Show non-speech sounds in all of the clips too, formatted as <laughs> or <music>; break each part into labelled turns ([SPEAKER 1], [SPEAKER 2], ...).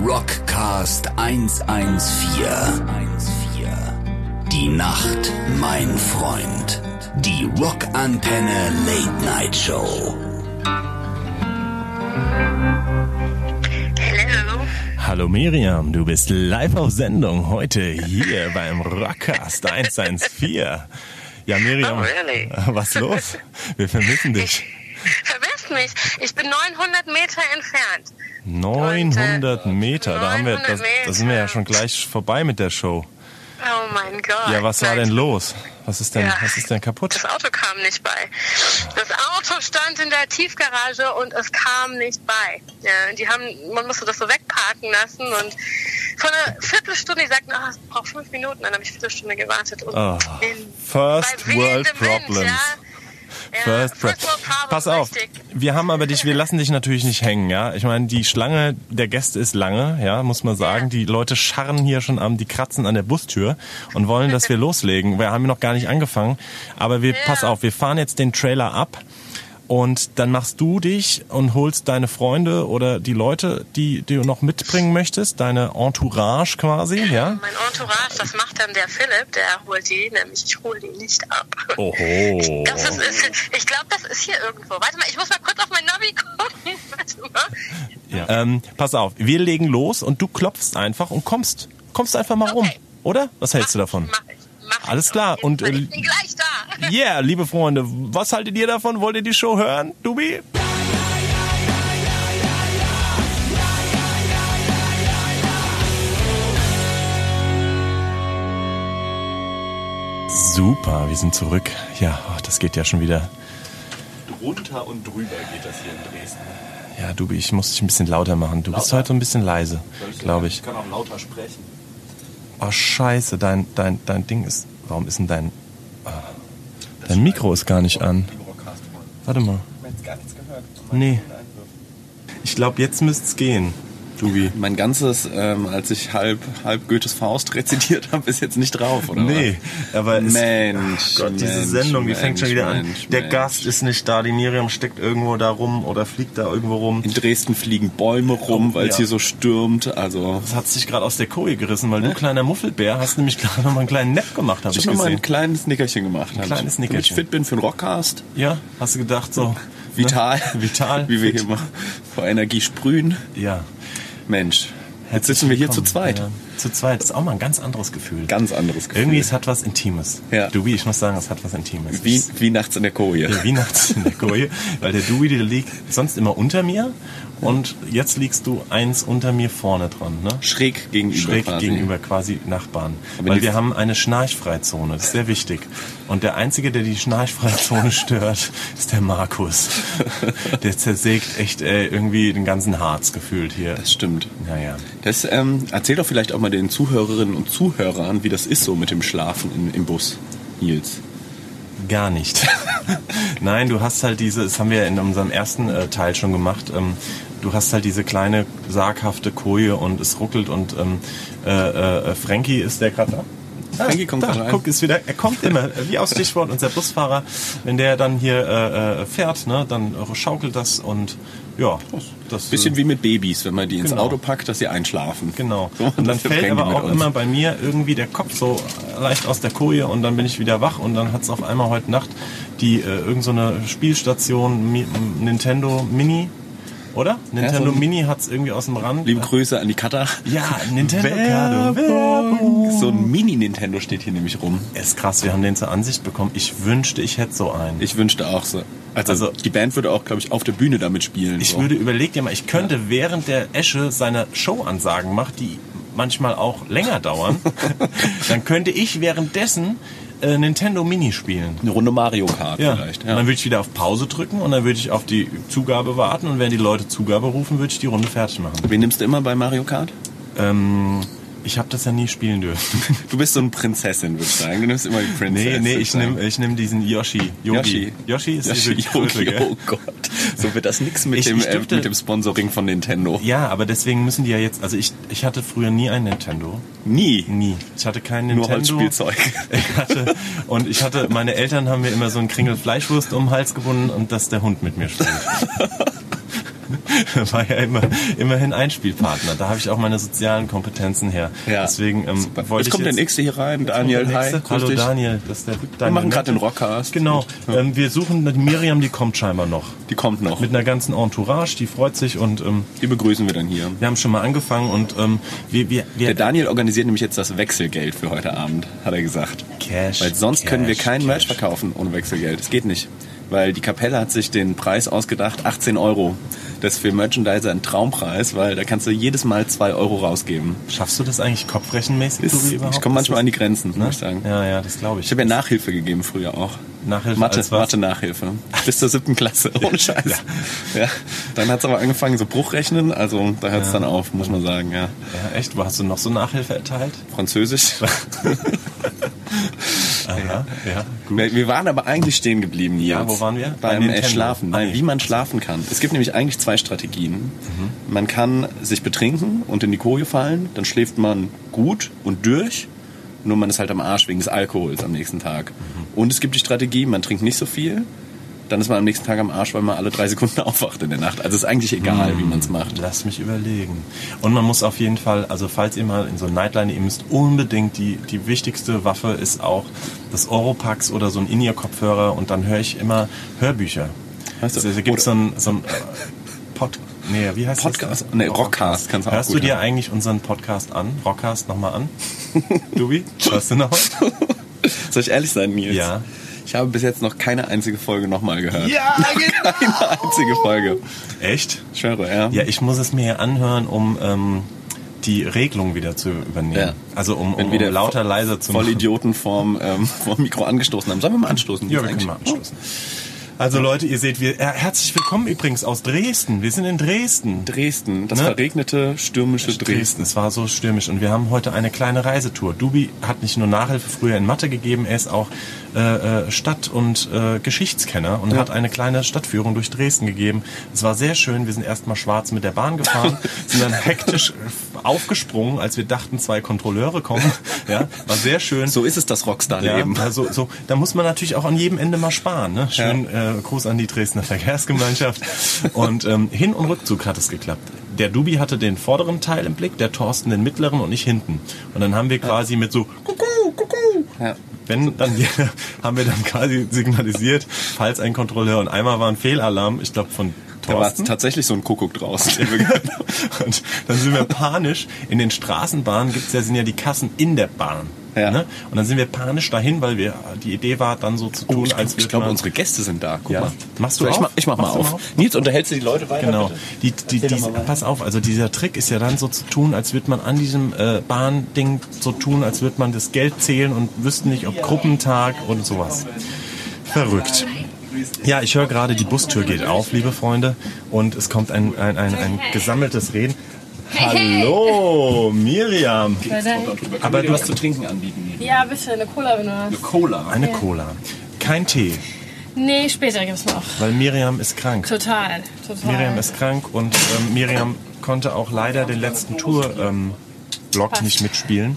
[SPEAKER 1] Rockcast 114. Die Nacht, mein Freund. Die Rockantenne Late Night Show.
[SPEAKER 2] Hello.
[SPEAKER 3] Hallo Miriam, du bist live auf Sendung heute hier beim Rockcast 114. Ja, Miriam,
[SPEAKER 2] Oh, really?
[SPEAKER 3] was ist los? Wir vermissen dich.
[SPEAKER 2] Vermisst mich. Ich bin 900 Meter entfernt.
[SPEAKER 3] 900 Meter, da haben wir, das,
[SPEAKER 2] 900 Meter.
[SPEAKER 3] da sind wir ja schon gleich vorbei mit der Show.
[SPEAKER 2] Oh mein Gott.
[SPEAKER 3] Ja, was war
[SPEAKER 2] Nein,
[SPEAKER 3] denn los? Was ist denn,
[SPEAKER 2] Ja.
[SPEAKER 3] was ist denn kaputt?
[SPEAKER 2] Das Auto kam nicht bei. Das Auto stand in der Tiefgarage und es kam nicht bei. Ja, die haben, man musste das so wegparken lassen und vor einer Viertelstunde, die sagten, ah, es braucht fünf Minuten, dann habe ich eine Viertelstunde gewartet. Und
[SPEAKER 3] Ah,
[SPEAKER 2] in-
[SPEAKER 3] first
[SPEAKER 2] bei wildem
[SPEAKER 3] world
[SPEAKER 2] Wind,
[SPEAKER 3] problems.
[SPEAKER 2] Ja, ja,
[SPEAKER 3] First Pro-
[SPEAKER 2] World Problems.
[SPEAKER 3] Pass auf,
[SPEAKER 2] richtig.
[SPEAKER 3] wir haben aber dich, wir lassen dich natürlich nicht hängen, ja. Ich meine, die Schlange der Gäste ist lange, ja, muss man sagen. Die Leute scharren hier schon am, die kratzen an der Bustür und wollen, dass wir loslegen. Wir haben noch gar nicht angefangen, aber wir, pass auf, wir fahren jetzt den Trailer ab. Und dann machst du dich und holst deine Freunde oder die Leute, die, die du noch mitbringen möchtest, deine Entourage quasi, ja?
[SPEAKER 2] Mein Entourage, das macht dann der Philipp, der holt die, nämlich ich hole die nicht ab.
[SPEAKER 3] Oh. Oho.
[SPEAKER 2] Das ist, ist, ich glaube, das ist hier irgendwo. Warte mal, ich muss mal kurz auf mein Navi gucken. <laughs> Warte mal.
[SPEAKER 3] Ähm, pass auf, wir legen los und du klopfst einfach und kommst. Kommst einfach mal rum,
[SPEAKER 2] Okay. Ah,
[SPEAKER 3] oder? Was hältst du
[SPEAKER 2] Mach
[SPEAKER 3] davon?
[SPEAKER 2] ich, Mach ich, mach ich.
[SPEAKER 3] Alles klar,
[SPEAKER 2] Auf
[SPEAKER 3] und,
[SPEAKER 2] jeden Fall.
[SPEAKER 3] äh,
[SPEAKER 2] ich bin gleich da.
[SPEAKER 3] Yeah, liebe Freunde, was haltet ihr davon? Wollt ihr die Show hören? Dubi? Super, wir sind zurück. Ja, ach, das geht ja schon wieder.
[SPEAKER 4] Runter und drüber geht das hier in Dresden.
[SPEAKER 3] Ja, Dubi, ich muss dich ein bisschen lauter machen. Du bist
[SPEAKER 4] Lauter?
[SPEAKER 3] heute ein bisschen leise, glaube ich.
[SPEAKER 4] Ich kann auch lauter sprechen.
[SPEAKER 3] Oh, scheiße, dein, dein, dein Ding ist. Warum ist denn dein. ah, Dein Mikro ist gar nicht an.
[SPEAKER 4] Liebe Rockcast-Freunde.
[SPEAKER 3] Warte mal.
[SPEAKER 4] Ich habe jetzt gar nichts gehört.
[SPEAKER 3] Nee. Ich glaube, jetzt müsst's gehen. Dubi.
[SPEAKER 4] Mein ganzes, ähm, als ich halb, halb Goethes Faust <laughs> rezitiert habe, ist jetzt nicht drauf, oder?
[SPEAKER 3] Nee,
[SPEAKER 4] was?
[SPEAKER 3] aber es,
[SPEAKER 4] Mensch,
[SPEAKER 3] Ach Gott, diese
[SPEAKER 4] Mensch,
[SPEAKER 3] Sendung, die
[SPEAKER 4] Mensch,
[SPEAKER 3] fängt schon wieder an.
[SPEAKER 4] Mensch,
[SPEAKER 3] Der
[SPEAKER 4] Mensch.
[SPEAKER 3] Gast ist nicht da, die Miriam steckt irgendwo da rum oder fliegt da irgendwo rum.
[SPEAKER 4] In Dresden fliegen Bäume rum, weil
[SPEAKER 3] Oh,
[SPEAKER 4] es
[SPEAKER 3] Ja.
[SPEAKER 4] hier so stürmt. Also.
[SPEAKER 3] Das hat sich gerade aus der Koje gerissen, weil du kleiner Muffelbär hast nämlich gerade noch mal einen kleinen Nap gemacht, habe
[SPEAKER 4] Ich
[SPEAKER 3] ich
[SPEAKER 4] habe mal ein
[SPEAKER 3] gesehen.
[SPEAKER 4] kleines Nickerchen gemacht. Ein
[SPEAKER 3] kleines
[SPEAKER 4] Damit ich
[SPEAKER 3] Nickerchen.
[SPEAKER 4] fit bin für den Rockcast.
[SPEAKER 3] Ja, hast du gedacht so
[SPEAKER 4] <laughs> Vital.
[SPEAKER 3] Ne? Vital.
[SPEAKER 4] Wie wir
[SPEAKER 3] fit.
[SPEAKER 4] hier mal vor Energie sprühen.
[SPEAKER 3] Ja.
[SPEAKER 4] Mensch, jetzt
[SPEAKER 3] Herzlich
[SPEAKER 4] sitzen wir hier zu
[SPEAKER 3] willkommen.
[SPEAKER 4] zweit.
[SPEAKER 3] Ja, zu zweit ist auch mal ein ganz anderes Gefühl.
[SPEAKER 4] Ganz anderes Gefühl.
[SPEAKER 3] Irgendwie, es hat was Intimes.
[SPEAKER 4] Ja.
[SPEAKER 3] Dubi, ich muss sagen, es hat was Intimes.
[SPEAKER 4] Wie,
[SPEAKER 3] Ich-
[SPEAKER 4] wie nachts in der Koje.
[SPEAKER 3] Ja, wie nachts in der Koje, weil der Dubi, der liegt sonst immer unter mir und jetzt liegst du eins unter mir vorne dran, ne?
[SPEAKER 4] Schräg gegenüber.
[SPEAKER 3] Schräg
[SPEAKER 4] quasi.
[SPEAKER 3] gegenüber quasi Nachbarn.
[SPEAKER 4] Aber
[SPEAKER 3] Weil
[SPEAKER 4] die-
[SPEAKER 3] wir haben eine Schnarchfreizone, das ist sehr wichtig. Und der Einzige, der die Schnarchfreizone <laughs> stört, ist der Markus. Der zersägt echt äh, irgendwie den ganzen Harz gefühlt hier.
[SPEAKER 4] Das stimmt.
[SPEAKER 3] Naja.
[SPEAKER 4] Das, ähm, erzähl doch vielleicht auch mal den Zuhörerinnen und Zuhörern, wie das ist so mit dem Schlafen in, im Bus, Nils.
[SPEAKER 3] Gar nicht. <laughs> Nein, du hast halt diese, das haben wir in unserem ersten äh, Teil schon gemacht, ähm, du hast halt diese kleine sarghafte Koje und es ruckelt und ähm, äh, äh, Frankie ist der gerade da. Ah,
[SPEAKER 4] Frankie kommt
[SPEAKER 3] da,
[SPEAKER 4] gerade rein.
[SPEAKER 3] guck, ist wieder, er kommt immer, äh, wie aus Stichwort unser Busfahrer, wenn der dann hier äh, äh, fährt, ne, dann schaukelt das und ja, das
[SPEAKER 4] Bisschen wie mit Babys, wenn man die ins
[SPEAKER 3] Genau.
[SPEAKER 4] Auto packt, dass sie einschlafen.
[SPEAKER 3] Genau.
[SPEAKER 4] So,
[SPEAKER 3] und dann
[SPEAKER 4] das
[SPEAKER 3] fällt
[SPEAKER 4] verbringen
[SPEAKER 3] aber
[SPEAKER 4] wir
[SPEAKER 3] auch
[SPEAKER 4] mit uns.
[SPEAKER 3] immer bei mir irgendwie der Kopf so leicht aus der Koje und dann bin ich wieder wach und dann hat es auf einmal heute Nacht die äh, irgend so eine Spielstation Mi Nintendo Mini, oder? Nintendo
[SPEAKER 4] so ein-
[SPEAKER 3] Mini hat es irgendwie aus dem Rand.
[SPEAKER 4] Liebe Grüße an die Cutter.
[SPEAKER 3] ja, Nintendo Kado.
[SPEAKER 4] So ein Mini-Nintendo steht hier nämlich rum.
[SPEAKER 3] Ist krass, wir haben den zur Ansicht bekommen. Ich wünschte, ich hätte so einen.
[SPEAKER 4] Ich wünschte auch so. Also,
[SPEAKER 3] Also-
[SPEAKER 4] die Band würde auch, glaube ich, auf der Bühne damit spielen.
[SPEAKER 3] Ich
[SPEAKER 4] so.
[SPEAKER 3] würde, überleg dir mal, ich könnte während der Esche seine Showansagen macht, die manchmal auch
[SPEAKER 4] <laughs>
[SPEAKER 3] länger dauern, dann könnte ich währenddessen äh, Nintendo Mini spielen.
[SPEAKER 4] eine Runde Mario Kart
[SPEAKER 3] Ja.
[SPEAKER 4] vielleicht.
[SPEAKER 3] Und
[SPEAKER 4] Ja.
[SPEAKER 3] dann würde ich wieder auf Pause drücken und dann würde ich auf die Zugabe warten und wenn die Leute Zugabe rufen, würde ich die Runde fertig machen.
[SPEAKER 4] Wen nimmst du immer bei Mario Kart?
[SPEAKER 3] Ähm, ich habe das ja nie spielen dürfen.
[SPEAKER 4] <laughs>
[SPEAKER 3] <laughs>
[SPEAKER 4] Du bist so eine Prinzessin, würde ich sagen. Du nimmst immer die
[SPEAKER 3] Nee,
[SPEAKER 4] Prinzessin.
[SPEAKER 3] nee, ich
[SPEAKER 4] sagen.
[SPEAKER 3] nehme ich nehm diesen Yoshi. Yogi.
[SPEAKER 4] Yoshi.
[SPEAKER 3] Yoshi ist
[SPEAKER 4] Yoshi,
[SPEAKER 3] diese
[SPEAKER 4] <laughs>
[SPEAKER 3] Kröte,
[SPEAKER 4] Yogi,
[SPEAKER 3] gell?
[SPEAKER 4] oh Gott. So wird das nix mit,
[SPEAKER 3] Ich-
[SPEAKER 4] dem,
[SPEAKER 3] ich
[SPEAKER 4] äh,
[SPEAKER 3] dürfte-
[SPEAKER 4] mit dem Sponsoring von Nintendo.
[SPEAKER 3] Ja, aber deswegen müssen die ja jetzt, also ich, ich hatte früher nie ein Nintendo.
[SPEAKER 4] Nie.
[SPEAKER 3] Nie. Ich hatte kein
[SPEAKER 4] Nur
[SPEAKER 3] Nintendo.
[SPEAKER 4] Holzspielzeug.
[SPEAKER 3] <laughs> Ich hatte, und ich hatte, meine Eltern haben mir immer so einen Kringel Fleischwurst um den Hals gebunden und dass der Hund mit mir spielt. <laughs> war ja immer, immerhin Einspielpartner. Da habe ich auch meine sozialen Kompetenzen her.
[SPEAKER 4] Ja.
[SPEAKER 3] Deswegen ähm,
[SPEAKER 4] Super.
[SPEAKER 3] wollte
[SPEAKER 4] Jetzt
[SPEAKER 3] ich
[SPEAKER 4] kommt der Nächste hier rein, Daniel.
[SPEAKER 3] Der
[SPEAKER 4] Hi,
[SPEAKER 3] Nächste.
[SPEAKER 4] grüß
[SPEAKER 3] Hallo
[SPEAKER 4] dich.
[SPEAKER 3] Daniel, das ist der Daniel.
[SPEAKER 4] Wir machen gerade den
[SPEAKER 3] Nettel.
[SPEAKER 4] Rockcast.
[SPEAKER 3] Genau. Ähm, wir suchen die Miriam, die kommt scheinbar noch.
[SPEAKER 4] Die kommt noch.
[SPEAKER 3] Mit einer ganzen Entourage, die freut sich und ähm,
[SPEAKER 4] Die begrüßen wir dann hier.
[SPEAKER 3] wir haben schon mal angefangen und ähm, wir, wir,
[SPEAKER 4] Der
[SPEAKER 3] wir
[SPEAKER 4] Daniel organisiert nämlich jetzt das Wechselgeld für heute Abend, hat er gesagt.
[SPEAKER 3] Cash,
[SPEAKER 4] Weil sonst
[SPEAKER 3] Cash,
[SPEAKER 4] können wir keinen Merch
[SPEAKER 3] Cash.
[SPEAKER 4] verkaufen ohne Wechselgeld. Es geht nicht. Weil die Kapelle hat sich den Preis ausgedacht, 18 Euro. Das ist für Merchandiser ein Traumpreis, weil da kannst du jedes Mal 2 Euro rausgeben.
[SPEAKER 3] schaffst du das eigentlich kopfrechenmäßig,
[SPEAKER 4] Ist,
[SPEAKER 3] Tobi, überhaupt?
[SPEAKER 4] ich komme
[SPEAKER 3] Ist
[SPEAKER 4] manchmal
[SPEAKER 3] das-
[SPEAKER 4] an die Grenzen,
[SPEAKER 3] ne?
[SPEAKER 4] muss ich sagen.
[SPEAKER 3] Ja, ja, das glaube ich.
[SPEAKER 4] Ich habe ja Nachhilfe gegeben früher auch.
[SPEAKER 3] Nachhilfe
[SPEAKER 4] Mathe,
[SPEAKER 3] als was?
[SPEAKER 4] Mathe Nachhilfe. Bis zur siebten Klasse.
[SPEAKER 3] <laughs>
[SPEAKER 4] Ohne Scheiß. Ja. Dann hat es aber angefangen, so Bruchrechnen. Also da hört es dann auf, muss man sagen, ja.
[SPEAKER 3] ja, echt? Wo hast du noch so Nachhilfe erteilt? <laughs>
[SPEAKER 4] Französisch.
[SPEAKER 3] Aha, ja.
[SPEAKER 4] Wir, wir waren aber eigentlich stehen geblieben. Nils.
[SPEAKER 3] Ja, wo waren wir? Bei
[SPEAKER 4] Beim äh,
[SPEAKER 3] Nintendo.
[SPEAKER 4] Schlafen.
[SPEAKER 3] Ah,
[SPEAKER 4] Nein,
[SPEAKER 3] nee.
[SPEAKER 4] wie man schlafen kann. Es gibt nämlich eigentlich zwei Strategien.
[SPEAKER 3] Mhm.
[SPEAKER 4] Man kann sich betrinken und in die Koje fallen, dann schläft man gut und durch, nur man ist halt am Arsch wegen des Alkohols am nächsten Tag.
[SPEAKER 3] Mhm.
[SPEAKER 4] Und es gibt die Strategie, man trinkt nicht so viel, dann ist man am nächsten Tag am Arsch, weil man alle drei Sekunden <laughs> aufwacht in der Nacht. Also ist eigentlich egal,
[SPEAKER 3] Mhm.
[SPEAKER 4] wie man es macht.
[SPEAKER 3] Lass mich überlegen. Und man muss auf jeden Fall, also falls ihr mal in so ein Nightline, ihr müsst unbedingt, die, die wichtigste Waffe ist auch das Oropax oder so ein In-Ear-Kopfhörer und dann höre ich immer Hörbücher.
[SPEAKER 4] Weißt du,
[SPEAKER 3] also, da gibt es so
[SPEAKER 4] oder-
[SPEAKER 3] ein, so ein äh, Pod, nee, wie heißt
[SPEAKER 4] Podcast?
[SPEAKER 3] das?
[SPEAKER 4] Nee, Rockcast kannst du auch
[SPEAKER 3] Hörst du
[SPEAKER 4] gut
[SPEAKER 3] dir
[SPEAKER 4] hören.
[SPEAKER 3] eigentlich unseren Podcast an? Rockcast nochmal
[SPEAKER 4] <laughs>
[SPEAKER 3] an? Dubi, hörst du noch?
[SPEAKER 4] Soll ich ehrlich sein, Nils?
[SPEAKER 3] Ja.
[SPEAKER 4] Ich habe bis jetzt noch keine einzige Folge nochmal gehört.
[SPEAKER 3] Ja, genau.
[SPEAKER 4] <laughs> Keine einzige Folge.
[SPEAKER 3] Echt?
[SPEAKER 4] Ich schwöre, ja.
[SPEAKER 3] Ja, ich muss es mir ja anhören, um ähm, die Regelung wieder zu übernehmen.
[SPEAKER 4] Ja.
[SPEAKER 3] Also um, um,
[SPEAKER 4] Wenn
[SPEAKER 3] um
[SPEAKER 4] wieder
[SPEAKER 3] lauter,
[SPEAKER 4] vo-
[SPEAKER 3] leiser zu
[SPEAKER 4] voll
[SPEAKER 3] machen.
[SPEAKER 4] Idioten vorm, ähm, <laughs> vorm Mikro angestoßen haben. Sollen wir mal anstoßen?
[SPEAKER 3] Ja, wir können mal anstoßen. Also Leute, ihr seht, wir her- herzlich willkommen übrigens aus Dresden. Wir sind in Dresden.
[SPEAKER 4] Dresden, das
[SPEAKER 3] Ne?
[SPEAKER 4] verregnete, stürmische Dresden.
[SPEAKER 3] Es war so stürmisch und wir haben heute eine kleine Reisetour. Dubi hat nicht nur Nachhilfe früher in Mathe gegeben, er ist auch äh, äh, Stadt- und äh, Geschichtskenner und hat eine kleine Stadtführung durch Dresden gegeben. Es war sehr schön. Wir sind erstmal schwarz mit der Bahn
[SPEAKER 4] <laughs>
[SPEAKER 3] gefahren, sind dann hektisch äh, aufgesprungen, als wir dachten, zwei Kontrolleure
[SPEAKER 4] <laughs>
[SPEAKER 3] kommen. Ja, war sehr schön.
[SPEAKER 4] So ist es das Rockstar-Leben.
[SPEAKER 3] Ja, also, so, da muss man natürlich auch an jedem Ende mal sparen. Ne? Schön äh, Gruß an die Dresdner Verkehrsgemeinschaft. und ähm, Hin- und Rückzug hat es geklappt. Der Dubi hatte den vorderen Teil im Blick, der Thorsten den mittleren und ich hinten. Und dann haben wir quasi mit so Kuckuck, Kuckuck,
[SPEAKER 4] Ja.
[SPEAKER 3] wenn dann <laughs> haben wir dann quasi signalisiert, falls ein Kontrolleur und einmal war ein Fehlalarm, ich glaube von
[SPEAKER 4] Da war
[SPEAKER 3] Thorsten.
[SPEAKER 4] tatsächlich so ein Kuckuck draußen. den wir
[SPEAKER 3] <laughs>
[SPEAKER 4] gehört haben.
[SPEAKER 3] Und dann sind wir panisch. In den Straßenbahnen gibt's ja, sind ja die Kassen in der Bahn.
[SPEAKER 4] Ja.
[SPEAKER 3] Ne? Und dann sind wir panisch dahin, weil wir die Idee war, dann so zu tun,
[SPEAKER 4] Oh, ich
[SPEAKER 3] als
[SPEAKER 4] glaub- ich
[SPEAKER 3] würden
[SPEAKER 4] glaube,
[SPEAKER 3] wir-
[SPEAKER 4] unsere Gäste sind da. Guck
[SPEAKER 3] Ja.
[SPEAKER 4] mal.
[SPEAKER 3] Machst du
[SPEAKER 4] ich
[SPEAKER 3] auf?
[SPEAKER 4] Mach, ich mach mal
[SPEAKER 3] Machst du
[SPEAKER 4] auf.
[SPEAKER 3] mal auf?
[SPEAKER 4] Nils, unterhältst du die Leute weiter?
[SPEAKER 3] Genau.
[SPEAKER 4] bitte?
[SPEAKER 3] Die, die,
[SPEAKER 4] Erzähl doch
[SPEAKER 3] die,
[SPEAKER 4] mal weiter.
[SPEAKER 3] pass auf, also dieser Trick ist ja dann so zu tun, als würde man an diesem äh, Bahnding so tun, als würde man das Geld zählen und wüssten nicht, ob Gruppentag und sowas. Verrückt. Ja, ich höre gerade, die Bustür geht auf, liebe Freunde, und es kommt ein, ein, ein, ein gesammeltes Reden. Hallo, Miriam.
[SPEAKER 4] Aber
[SPEAKER 3] Aber
[SPEAKER 4] du
[SPEAKER 3] du
[SPEAKER 4] was zu trinken anbieten.
[SPEAKER 5] Ja, bitte, eine Cola, wenn du hast.
[SPEAKER 4] Cola.
[SPEAKER 3] Eine Cola. Kein Tee,
[SPEAKER 5] Nee, später gibt's noch.
[SPEAKER 3] weil Miriam ist krank.
[SPEAKER 5] Total, total.
[SPEAKER 3] Miriam ist krank und ähm, Miriam konnte auch leider den letzten Tour-Blog nicht mitspielen.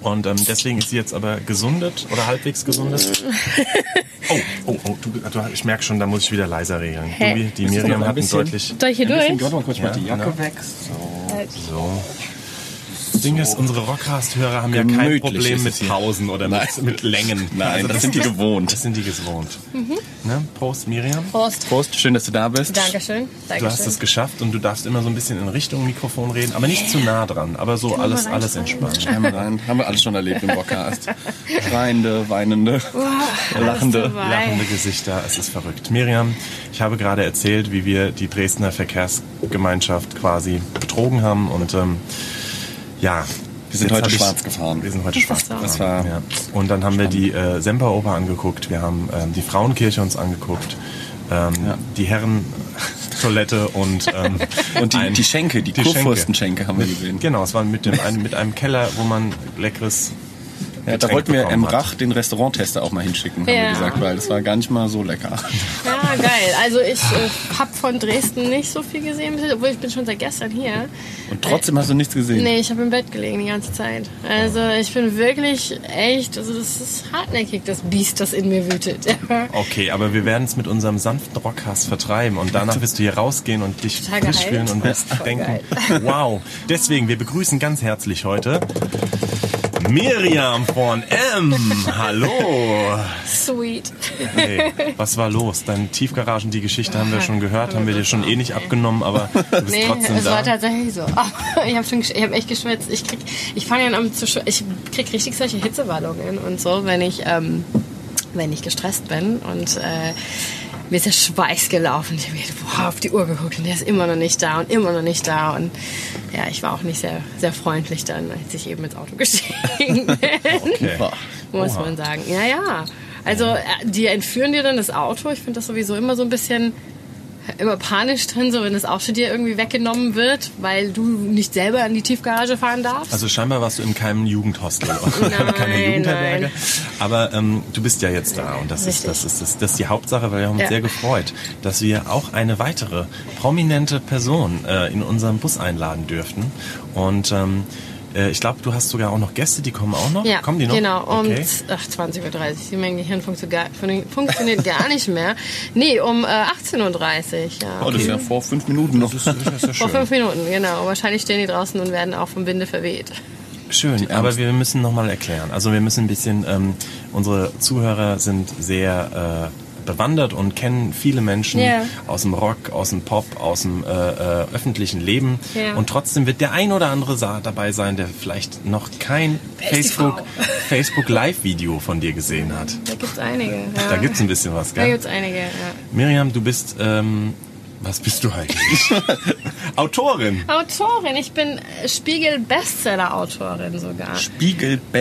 [SPEAKER 3] Und ähm, deswegen ist sie jetzt aber gesundet oder halbwegs
[SPEAKER 4] <laughs>
[SPEAKER 3] gesundet. Oh, oh, oh, du, du, ich merke schon, da muss ich wieder leiser regeln.
[SPEAKER 5] Hä?
[SPEAKER 3] Du, die
[SPEAKER 4] Ist das
[SPEAKER 3] Miriam
[SPEAKER 4] noch ein
[SPEAKER 3] hat ein
[SPEAKER 4] bisschen-
[SPEAKER 3] deutlich.
[SPEAKER 5] Soll ich hier durch?
[SPEAKER 4] Warte mal kurz, mal die
[SPEAKER 3] Ja,
[SPEAKER 4] Jacke
[SPEAKER 3] ne?
[SPEAKER 4] weg. So.
[SPEAKER 3] So. Das Ding ist, unsere Rockcast-Hörer haben ja kein
[SPEAKER 4] Gemütlich
[SPEAKER 3] Problem
[SPEAKER 4] ist
[SPEAKER 3] mit
[SPEAKER 4] es hier.
[SPEAKER 3] Pausen oder mit, mit Längen.
[SPEAKER 4] <laughs> Nein, das sind die gewohnt.
[SPEAKER 3] Das sind die gewohnt.
[SPEAKER 4] Mhm.
[SPEAKER 3] Ne? Prost, Miriam.
[SPEAKER 5] Prost.
[SPEAKER 4] Prost, schön, dass du da bist.
[SPEAKER 5] Dankeschön.
[SPEAKER 3] Du hast
[SPEAKER 5] Dankeschön.
[SPEAKER 3] es geschafft und du darfst immer so ein bisschen in Richtung Mikrofon reden, aber nicht zu nah dran, aber so alles, alles entspannt.
[SPEAKER 4] Einmal rein. Haben wir alles schon erlebt im Rockcast. Schreiende, weinende, lachende.
[SPEAKER 5] dabei.
[SPEAKER 3] Lachende Gesichter, es ist verrückt. Miriam, ich habe gerade erzählt, wie wir die Dresdner Verkehrsgemeinschaft quasi betrogen haben und ähm, ja.
[SPEAKER 4] Wir sind
[SPEAKER 3] jetzt habe
[SPEAKER 4] heute schwarz gefahren.
[SPEAKER 3] Wir sind heute schwarz gefahren.
[SPEAKER 4] Das war
[SPEAKER 3] ja. Und dann haben wir die äh, Semperoper angeguckt, wir haben ähm, die Frauenkirche uns angeguckt, ähm, die Herrentoilette und, ähm,
[SPEAKER 4] <laughs> Und die,
[SPEAKER 3] ein-
[SPEAKER 4] die Schenke, die,
[SPEAKER 3] die Schenke.
[SPEAKER 4] Kurfürstenschenke haben wir gesehen.
[SPEAKER 3] Genau, es war mit, dem, einem- mit einem Keller, wo man leckeres
[SPEAKER 4] Ja, da
[SPEAKER 3] Getränk
[SPEAKER 4] wollten wir
[SPEAKER 3] bekommen
[SPEAKER 4] im
[SPEAKER 3] hat.
[SPEAKER 4] Rach den Restauranttester auch mal hinschicken, haben wir
[SPEAKER 5] Ja.
[SPEAKER 4] gesagt, weil das war gar nicht mal so lecker.
[SPEAKER 5] Ja, geil. Also ich äh, habe von Dresden nicht so viel gesehen, obwohl ich bin schon seit gestern hier.
[SPEAKER 4] Und trotzdem hast du nichts gesehen.
[SPEAKER 5] Nee, ich habe im Bett gelegen die ganze Zeit. Also ich bin wirklich echt, also das ist hartnäckig, das Biest, das in mir wütet. <laughs>
[SPEAKER 3] Okay, aber wir werden es mit unserem sanften Rockhass vertreiben und danach wirst du hier rausgehen und dich
[SPEAKER 5] Total geil.
[SPEAKER 3] frisch fühlen und wirst
[SPEAKER 5] Voll
[SPEAKER 3] denken,
[SPEAKER 5] <laughs>
[SPEAKER 3] wow. Deswegen, wir begrüßen ganz herzlich heute Miriam von M. Hallo.
[SPEAKER 5] Sweet.
[SPEAKER 3] Hey, was war los? Deine Tiefgaragen, die Geschichte haben wir schon gehört, haben wir dir schon eh nicht abgenommen, aber du bist
[SPEAKER 5] Nee,
[SPEAKER 3] trotzdem
[SPEAKER 5] es
[SPEAKER 3] da.
[SPEAKER 5] war tatsächlich so. <laughs> Aber ich habe schon, gesch- ich habe echt geschwitzt. Ich krieg, ich fange dann an zu, schw- ich krieg richtig solche Hitzewallungen und so, wenn ich, ähm, wenn ich gestresst bin und äh, mir ist der Schweiß gelaufen. Ich habe boah, auf die Uhr geguckt und der ist immer noch nicht da und immer noch nicht da und ja, ich war auch nicht sehr, sehr freundlich dann, als ich eben ins Auto
[SPEAKER 3] <laughs>
[SPEAKER 5] gestiegen bin.
[SPEAKER 3] Okay.
[SPEAKER 5] muss
[SPEAKER 3] Oha.
[SPEAKER 5] man sagen. Ja, ja. Also äh, die entführen dir dann das Auto. Ich finde das sowieso immer so ein bisschen äh, immer panisch drin, so wenn das Auto dir irgendwie weggenommen wird, weil du nicht selber in die Tiefgarage fahren darfst.
[SPEAKER 3] Also scheinbar warst du in keinem Jugendhostel oder
[SPEAKER 5] Nein,
[SPEAKER 3] keine Jugendherberge.
[SPEAKER 5] nein.
[SPEAKER 3] Aber ähm, du bist ja jetzt da und das ist,
[SPEAKER 5] Richtig.
[SPEAKER 3] das, ist, das, das ist die Hauptsache, weil wir haben uns
[SPEAKER 5] Ja.
[SPEAKER 3] sehr gefreut, dass wir auch eine weitere prominente Person äh, in unseren Bus einladen dürften. Und ähm, äh, ich glaube, du hast sogar auch noch Gäste, die kommen auch noch.
[SPEAKER 5] ja,
[SPEAKER 3] kommen die noch?
[SPEAKER 5] genau. Um
[SPEAKER 3] Okay.
[SPEAKER 5] z- ach, 20.30 Uhr. Die- Mein Gehirn funktioniert gar, funktioniert gar nicht mehr. Nee, um äh, 18.30 Uhr. Ja.
[SPEAKER 4] Oh, das ist ja vor fünf Minuten noch.
[SPEAKER 3] Das ist ja
[SPEAKER 5] Vor
[SPEAKER 3] schön.
[SPEAKER 5] fünf Minuten, genau. Wahrscheinlich stehen die draußen und werden auch vom Winde verweht.
[SPEAKER 3] Schön, ähm, aber wir müssen nochmal erklären. Also wir müssen ein bisschen, ähm, unsere Zuhörer sind sehr äh, bewandert und kennen viele Menschen
[SPEAKER 5] Ja.
[SPEAKER 3] aus dem Rock, aus dem Pop, aus dem äh, äh, öffentlichen Leben.
[SPEAKER 5] Ja.
[SPEAKER 3] Und trotzdem wird der ein oder andere sa- dabei sein, der vielleicht noch kein
[SPEAKER 5] Wer ist die Frau?
[SPEAKER 3] Facebook, <laughs> Facebook Live-Video von dir gesehen hat.
[SPEAKER 5] Da gibt's einige. Ja.
[SPEAKER 3] Da gibt's ein bisschen was,
[SPEAKER 5] da
[SPEAKER 3] gell?
[SPEAKER 5] gibt's einige, ja.
[SPEAKER 3] Miriam, du bist, ähm, was bist du eigentlich? Autorin.
[SPEAKER 5] Autorin. Ich bin äh, Spiegel-Bestseller-Autorin sogar.
[SPEAKER 4] <laughs>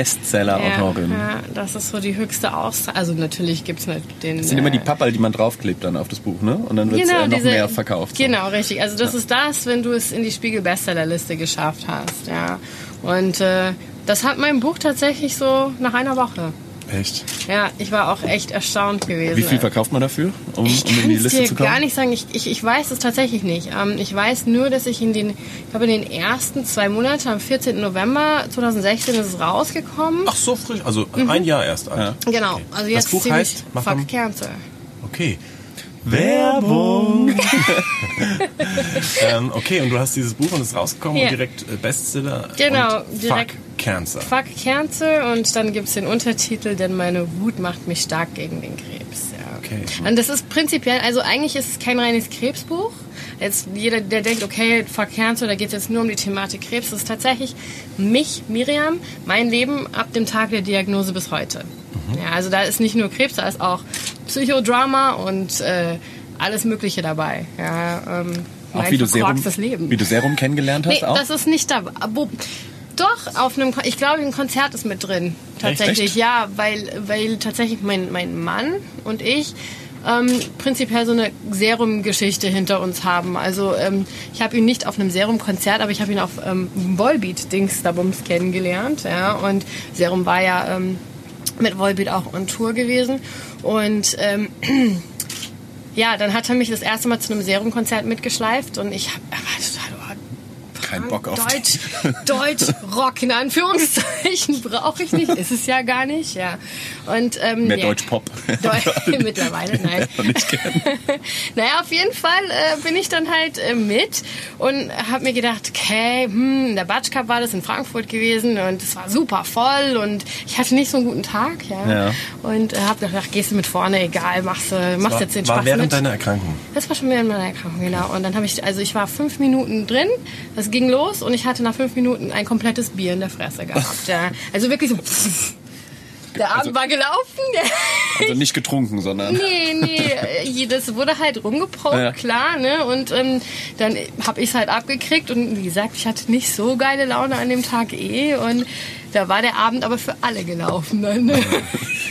[SPEAKER 4] Spiegel-Bestseller-Autorin.
[SPEAKER 5] Ja, das ist so die höchste Auszeichnung. Also natürlich gibt es den... äh,
[SPEAKER 4] Das sind immer die Papperl, die man draufklebt dann auf das Buch, ne? Und dann wird es äh, noch mehr verkauft. so.
[SPEAKER 5] Genau, richtig. Also das ist das, wenn du es in die Spiegel-Bestsellerliste geschafft hast. Ja. Und äh, das hat mein Buch tatsächlich so nach einer Woche.
[SPEAKER 3] Echt?
[SPEAKER 5] Ja, ich war auch echt erstaunt gewesen.
[SPEAKER 4] Wie viel verkauft man dafür, um,
[SPEAKER 5] Ich
[SPEAKER 4] um in die
[SPEAKER 5] kann es
[SPEAKER 4] Liste
[SPEAKER 5] dir
[SPEAKER 4] zu kommen?
[SPEAKER 5] gar nicht sagen. Ich, ich, ich weiß es tatsächlich nicht. Ähm, ich weiß nur, dass ich in den, ich glaube, in den ersten zwei Monaten, am 14. November 2016 ist es rausgekommen.
[SPEAKER 3] Ach so frisch, also
[SPEAKER 5] Mhm.
[SPEAKER 3] ein Jahr erst alt.
[SPEAKER 5] Genau.
[SPEAKER 3] Okay.
[SPEAKER 5] Also jetzt
[SPEAKER 3] das Buch
[SPEAKER 5] ziemlich
[SPEAKER 3] heißt, mach am-
[SPEAKER 5] Fuck Cancer.
[SPEAKER 3] Okay. Werbung! <laughs> ähm, okay, und du hast dieses Buch und ist rausgekommen
[SPEAKER 5] Ja.
[SPEAKER 3] und direkt äh, Bestseller.
[SPEAKER 5] Genau,
[SPEAKER 3] und
[SPEAKER 5] direkt-
[SPEAKER 3] Fuck Cancer.
[SPEAKER 5] Fuck Cancer und dann gibt es den Untertitel, denn meine Wut macht mich stark gegen den Krebs. Ja.
[SPEAKER 3] Okay.
[SPEAKER 5] Und das ist prinzipiell, also eigentlich ist es kein reines Krebsbuch. Jetzt jeder, der denkt, okay, Fuck Cancer, da geht es jetzt nur um die Thematik Krebs, das ist tatsächlich mich, Miriam, mein Leben ab dem Tag der Diagnose bis heute.
[SPEAKER 4] Mhm.
[SPEAKER 5] Ja, also da ist nicht nur Krebs, da ist auch Psychodrama und äh, alles Mögliche dabei. Ja, ähm,
[SPEAKER 4] Auch
[SPEAKER 5] mein
[SPEAKER 4] wie du, Serum,
[SPEAKER 5] verkorkstes Leben.
[SPEAKER 4] wie du Serum kennengelernt hast
[SPEAKER 5] Nee,
[SPEAKER 4] auch?
[SPEAKER 5] das ist nicht dabei. Wo, doch, auf einem, Kon- ich glaube, ein Konzert ist mit drin. Tatsächlich,
[SPEAKER 4] Echt?
[SPEAKER 5] ja, weil, weil tatsächlich mein, mein Mann und ich ähm, prinzipiell so eine Serum-Geschichte hinter uns haben. Also ähm, ich habe ihn nicht auf einem Serum-Konzert, aber ich habe ihn auf ähm, Volbeat-Dings da Bums kennengelernt. Ja, und Serum war ja ähm, mit Volbeat auch on Tour gewesen. Und ähm, <clears throat> ja, dann hat er mich das erste Mal zu einem Serum-Konzert mitgeschleift und ich habe total, oh,
[SPEAKER 4] Kein Bock auf
[SPEAKER 5] Deutsch, Deutsch, Rock in Anführungszeichen brauche ich nicht, ist es ja gar nicht, ja. Und ähm,
[SPEAKER 4] mehr
[SPEAKER 5] ja.
[SPEAKER 4] Deutsch-Pop.
[SPEAKER 5] <laughs> Deu mittlerweile, nein.
[SPEAKER 4] Noch nicht gern.
[SPEAKER 5] <laughs> Naja, auf jeden Fall äh, bin ich dann halt äh, mit und habe mir gedacht, okay, hm, in der Batsch Cup war das in Frankfurt gewesen und es war super voll und ich hatte nicht so einen guten Tag, ja.
[SPEAKER 4] Ja.
[SPEAKER 5] Und äh, habe gedacht, gehst du mit vorne, egal, machst, du- machst
[SPEAKER 3] War,
[SPEAKER 5] jetzt den
[SPEAKER 3] war
[SPEAKER 5] Spaß
[SPEAKER 3] während
[SPEAKER 5] mit.
[SPEAKER 3] deiner Erkrankung.
[SPEAKER 5] Das war schon wieder in meiner Erkrankung, genau. Und dann habe ich, also ich war fünf Minuten drin, das ging los und ich hatte nach fünf Minuten ein komplettes Bier in der Fresse gehabt. Ja. Also wirklich so. Der Abend war gelaufen.
[SPEAKER 4] <laughs> Also nicht getrunken, sondern
[SPEAKER 5] nee, nee. Das wurde halt rumgeprobt,
[SPEAKER 4] Ja.
[SPEAKER 5] klar, ne? Und ähm, dann habe ich es halt abgekriegt und wie gesagt, ich hatte nicht so geile Laune an dem Tag eh und da war der Abend aber für alle gelaufen. Dann, ne?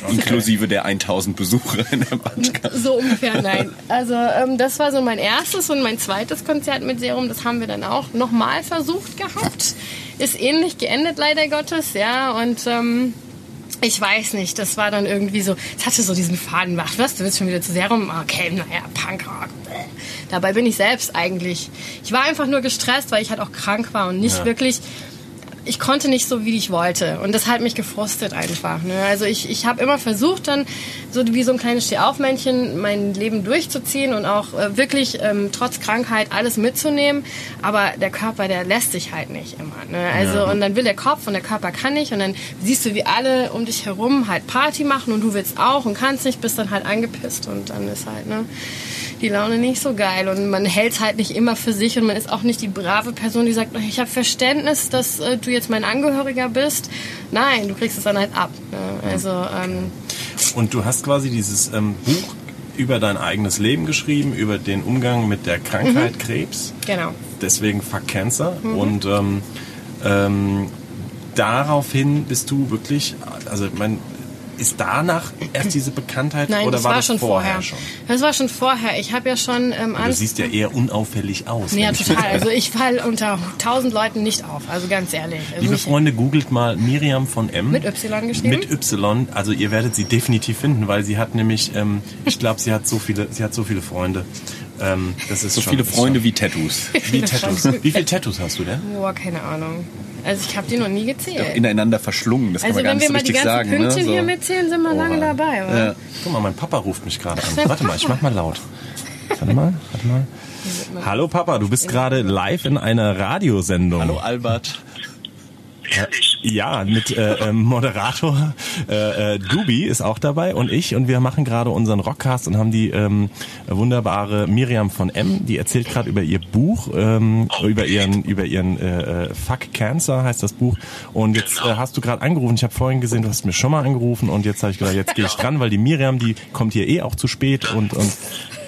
[SPEAKER 4] inklusive der 1000 Besucher in der Bandcamp.
[SPEAKER 5] <laughs> So um- ungefähr, nein. Also ähm, das war so mein erstes und mein zweites Konzert mit Serum. Das haben wir dann auch nochmal versucht gehabt. Ist ähnlich geendet, leider Gottes, ja. Und ähm, Ich weiß nicht, das war dann irgendwie so, es hatte so diesen Faden gemacht, was, du willst schon wieder zu Serum? Ah, Okay, naja, Punkrock. bäh. Dabei bin ich selbst eigentlich. Ich war einfach nur gestresst, weil ich halt auch krank war und nicht wirklich, ich konnte nicht so, wie ich wollte. Und das hat mich gefrustet einfach. Ne? Also ich, ich habe immer versucht, dann so wie so ein kleines Stehaufmännchen mein Leben durchzuziehen und auch äh, wirklich ähm, trotz Krankheit alles mitzunehmen. Aber der Körper, der lässt sich halt nicht immer. Ne? Also und dann will der Kopf und der Körper kann nicht. Und dann siehst du, wie alle um dich herum halt Party machen und du willst auch und kannst nicht, bist dann halt angepisst. Und dann ist halt ne, die Laune nicht so geil. Und man hält es halt nicht immer für sich und man ist auch nicht die brave Person, die sagt, ich habe Verständnis, dass äh, du jetzt mein Angehöriger bist. Nein, du kriegst es dann halt ab. Ne? Also ähm,
[SPEAKER 3] Und du hast quasi dieses ähm, Buch über dein eigenes Leben geschrieben, über den Umgang mit der Krankheit Krebs.
[SPEAKER 5] genau. Mhm.
[SPEAKER 3] deswegen Fuck Cancer. Und ähm, ähm, daraufhin bist du wirklich, also ich mein, ist danach erst diese Bekanntheit
[SPEAKER 5] Nein,
[SPEAKER 3] oder
[SPEAKER 5] das
[SPEAKER 3] war
[SPEAKER 5] war,
[SPEAKER 3] das
[SPEAKER 5] schon vorher.
[SPEAKER 3] schon?
[SPEAKER 5] Das war schon vorher. Ich habe ja schon ähm,
[SPEAKER 3] Du
[SPEAKER 5] Angst.
[SPEAKER 3] siehst ja eher unauffällig aus.
[SPEAKER 5] Ja,
[SPEAKER 3] wenn ich-
[SPEAKER 5] total. Also ich falle unter tausend Leuten nicht auf. Also ganz ehrlich. Also
[SPEAKER 3] Liebe
[SPEAKER 5] ich-
[SPEAKER 3] Freunde, googelt mal Miriam von M.
[SPEAKER 5] Mit Y geschrieben?
[SPEAKER 3] Mit Y. Also ihr werdet sie definitiv finden, weil sie hat nämlich, ähm, ich glaube, sie hat so viele, sie hat so viele Freunde. Ähm, das ist
[SPEAKER 4] So
[SPEAKER 3] schon,
[SPEAKER 4] viele
[SPEAKER 3] ist
[SPEAKER 4] Freunde wie
[SPEAKER 5] <laughs>
[SPEAKER 4] Tattoos.
[SPEAKER 3] Schon. Wie Tattoos. Wie viele Tattoos hast du denn?
[SPEAKER 5] Boah, Oh, keine Ahnung. Also ich habe die noch nie gezählt.
[SPEAKER 4] Äh, Ineinander verschlungen, das kann
[SPEAKER 5] Also
[SPEAKER 4] man gar
[SPEAKER 5] wenn
[SPEAKER 4] nicht
[SPEAKER 5] wir
[SPEAKER 4] so
[SPEAKER 5] mal die
[SPEAKER 4] richtig
[SPEAKER 5] ganzen
[SPEAKER 4] sagen. ne?
[SPEAKER 5] Pünktchen
[SPEAKER 4] So.
[SPEAKER 5] hier mitzählen, sind wir lange dabei. Oder?
[SPEAKER 4] Ja.
[SPEAKER 3] Guck mal, mein Papa ruft mich gerade an.
[SPEAKER 5] dein
[SPEAKER 3] Warte mal, ich mach mal laut. Warte mal, warte mal. Hallo Papa, du bist gerade live in einer Radiosendung.
[SPEAKER 4] Hallo Albert.
[SPEAKER 6] Ehrlich?
[SPEAKER 3] Ja, mit äh, ähm, Moderator äh, äh, Dubi ist auch dabei und ich und wir machen gerade unseren Rockcast und haben die ähm, wunderbare Miriam von M, die erzählt gerade über ihr Buch, ähm, über ihren über ihren äh, äh, Fuck Cancer heißt das Buch und jetzt äh, hast du gerade angerufen, ich habe vorhin gesehen, du hast mir schon mal angerufen und jetzt habe ich gedacht, jetzt gehe ich dran, weil die Miriam, die kommt hier eh auch zu spät und und